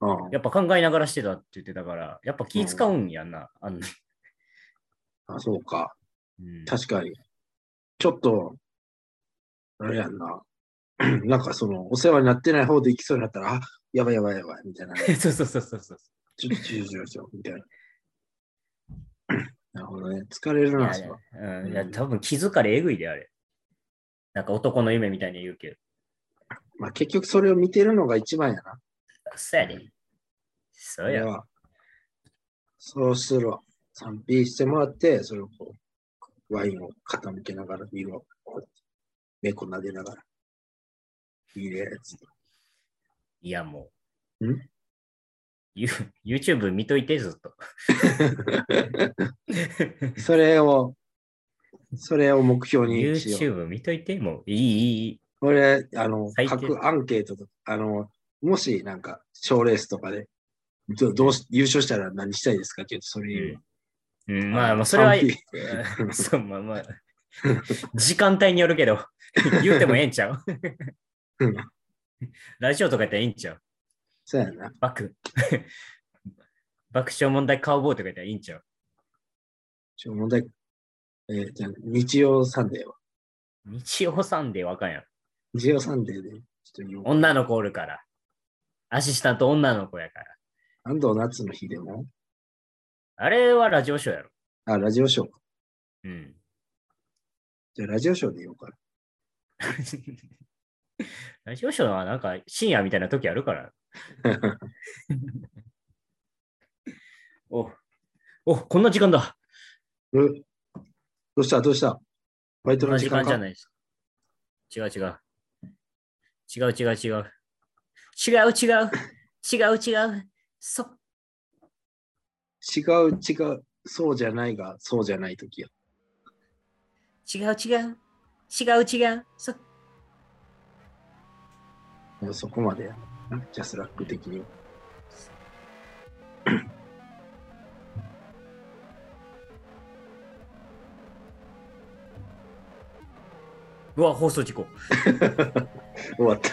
Speaker 3: うん。
Speaker 2: やっぱ考えながらしてたって言ってたから、やっぱ気使うんやな、あんな。
Speaker 3: あ、そうか。
Speaker 2: うん
Speaker 3: 確かに。ちょっと、あれやんな。 <clears throat> なんかその、お世話になってない方で行きそうになったら、あ、やばいやばいやばい、みたいな。
Speaker 2: そうそうそうそうそう。
Speaker 3: ちょっとちょちょちょみたいな。 <clears throat> なるほどね。疲れる
Speaker 2: い
Speaker 3: な、
Speaker 2: や、
Speaker 3: そ
Speaker 2: い
Speaker 3: れ
Speaker 2: や
Speaker 3: は
Speaker 2: うんいや多分気づかれえぐいであれ。なんか男の夢みたいに言うけど。
Speaker 3: まあ結局それを見てるのが一番やな。
Speaker 2: そうやで。そう
Speaker 3: 俺
Speaker 2: や。
Speaker 3: はそうするわ。賛否してもらって、それをこう、ワインを傾けながら、ビールをこうやって、目こ撫でながら、いいね、つって。
Speaker 2: いや、もう。
Speaker 3: ん
Speaker 2: ユ YouTube 見といて、ずっと。
Speaker 3: それを、それを目標にしよう。
Speaker 2: YouTube 見といて、もう。いい、いい。
Speaker 3: これ、あの、
Speaker 2: 最低
Speaker 3: 各アンケートとか、あの、もしなんか、賞レースとかで、どどうし優勝したら何したいですかって言うと、それ言う、
Speaker 2: うんうん、まあ、まあ、それは、
Speaker 3: 賛否
Speaker 2: うんそう、まあまあ。時間帯によるけど、言ってもええんちゃう
Speaker 3: うん
Speaker 2: ラジオとかやったらええんちゃう
Speaker 3: そうやな。
Speaker 2: 爆 <laughs> 爆笑問題カウボーイとかやったらいいんちゃう
Speaker 3: ちょ問題、えーじゃあ日曜サンデーは。
Speaker 2: 日曜サンデーわかんやん。
Speaker 3: 日曜サンデーで、ちょっと言おう
Speaker 2: 女の子おるから。アシスタント女の子やから。
Speaker 3: 安藤夏の日でも、
Speaker 2: あれはラジオショーやろ。
Speaker 3: あ、ラジオショーか。
Speaker 2: うん。
Speaker 3: じゃあラジオショーで言おうか <laughs> な。
Speaker 2: ラジオショーはなんか深夜みたいな時あるから。おおこんな時間だ。
Speaker 3: うどうしたどうしたバイト
Speaker 2: こ
Speaker 3: の
Speaker 2: んな
Speaker 3: 時
Speaker 2: 時
Speaker 3: 間
Speaker 2: 間
Speaker 3: か
Speaker 2: じゃないですか。違う違う。違う違う違う。違う違う。違う違う。そ
Speaker 3: 違う違う、そうじゃないが、そうじゃない時や。
Speaker 2: 違う違う。違う違う。そ
Speaker 3: もうそこまでや。ジャスラック的には。
Speaker 2: うわ、放送事故。
Speaker 3: 終わった。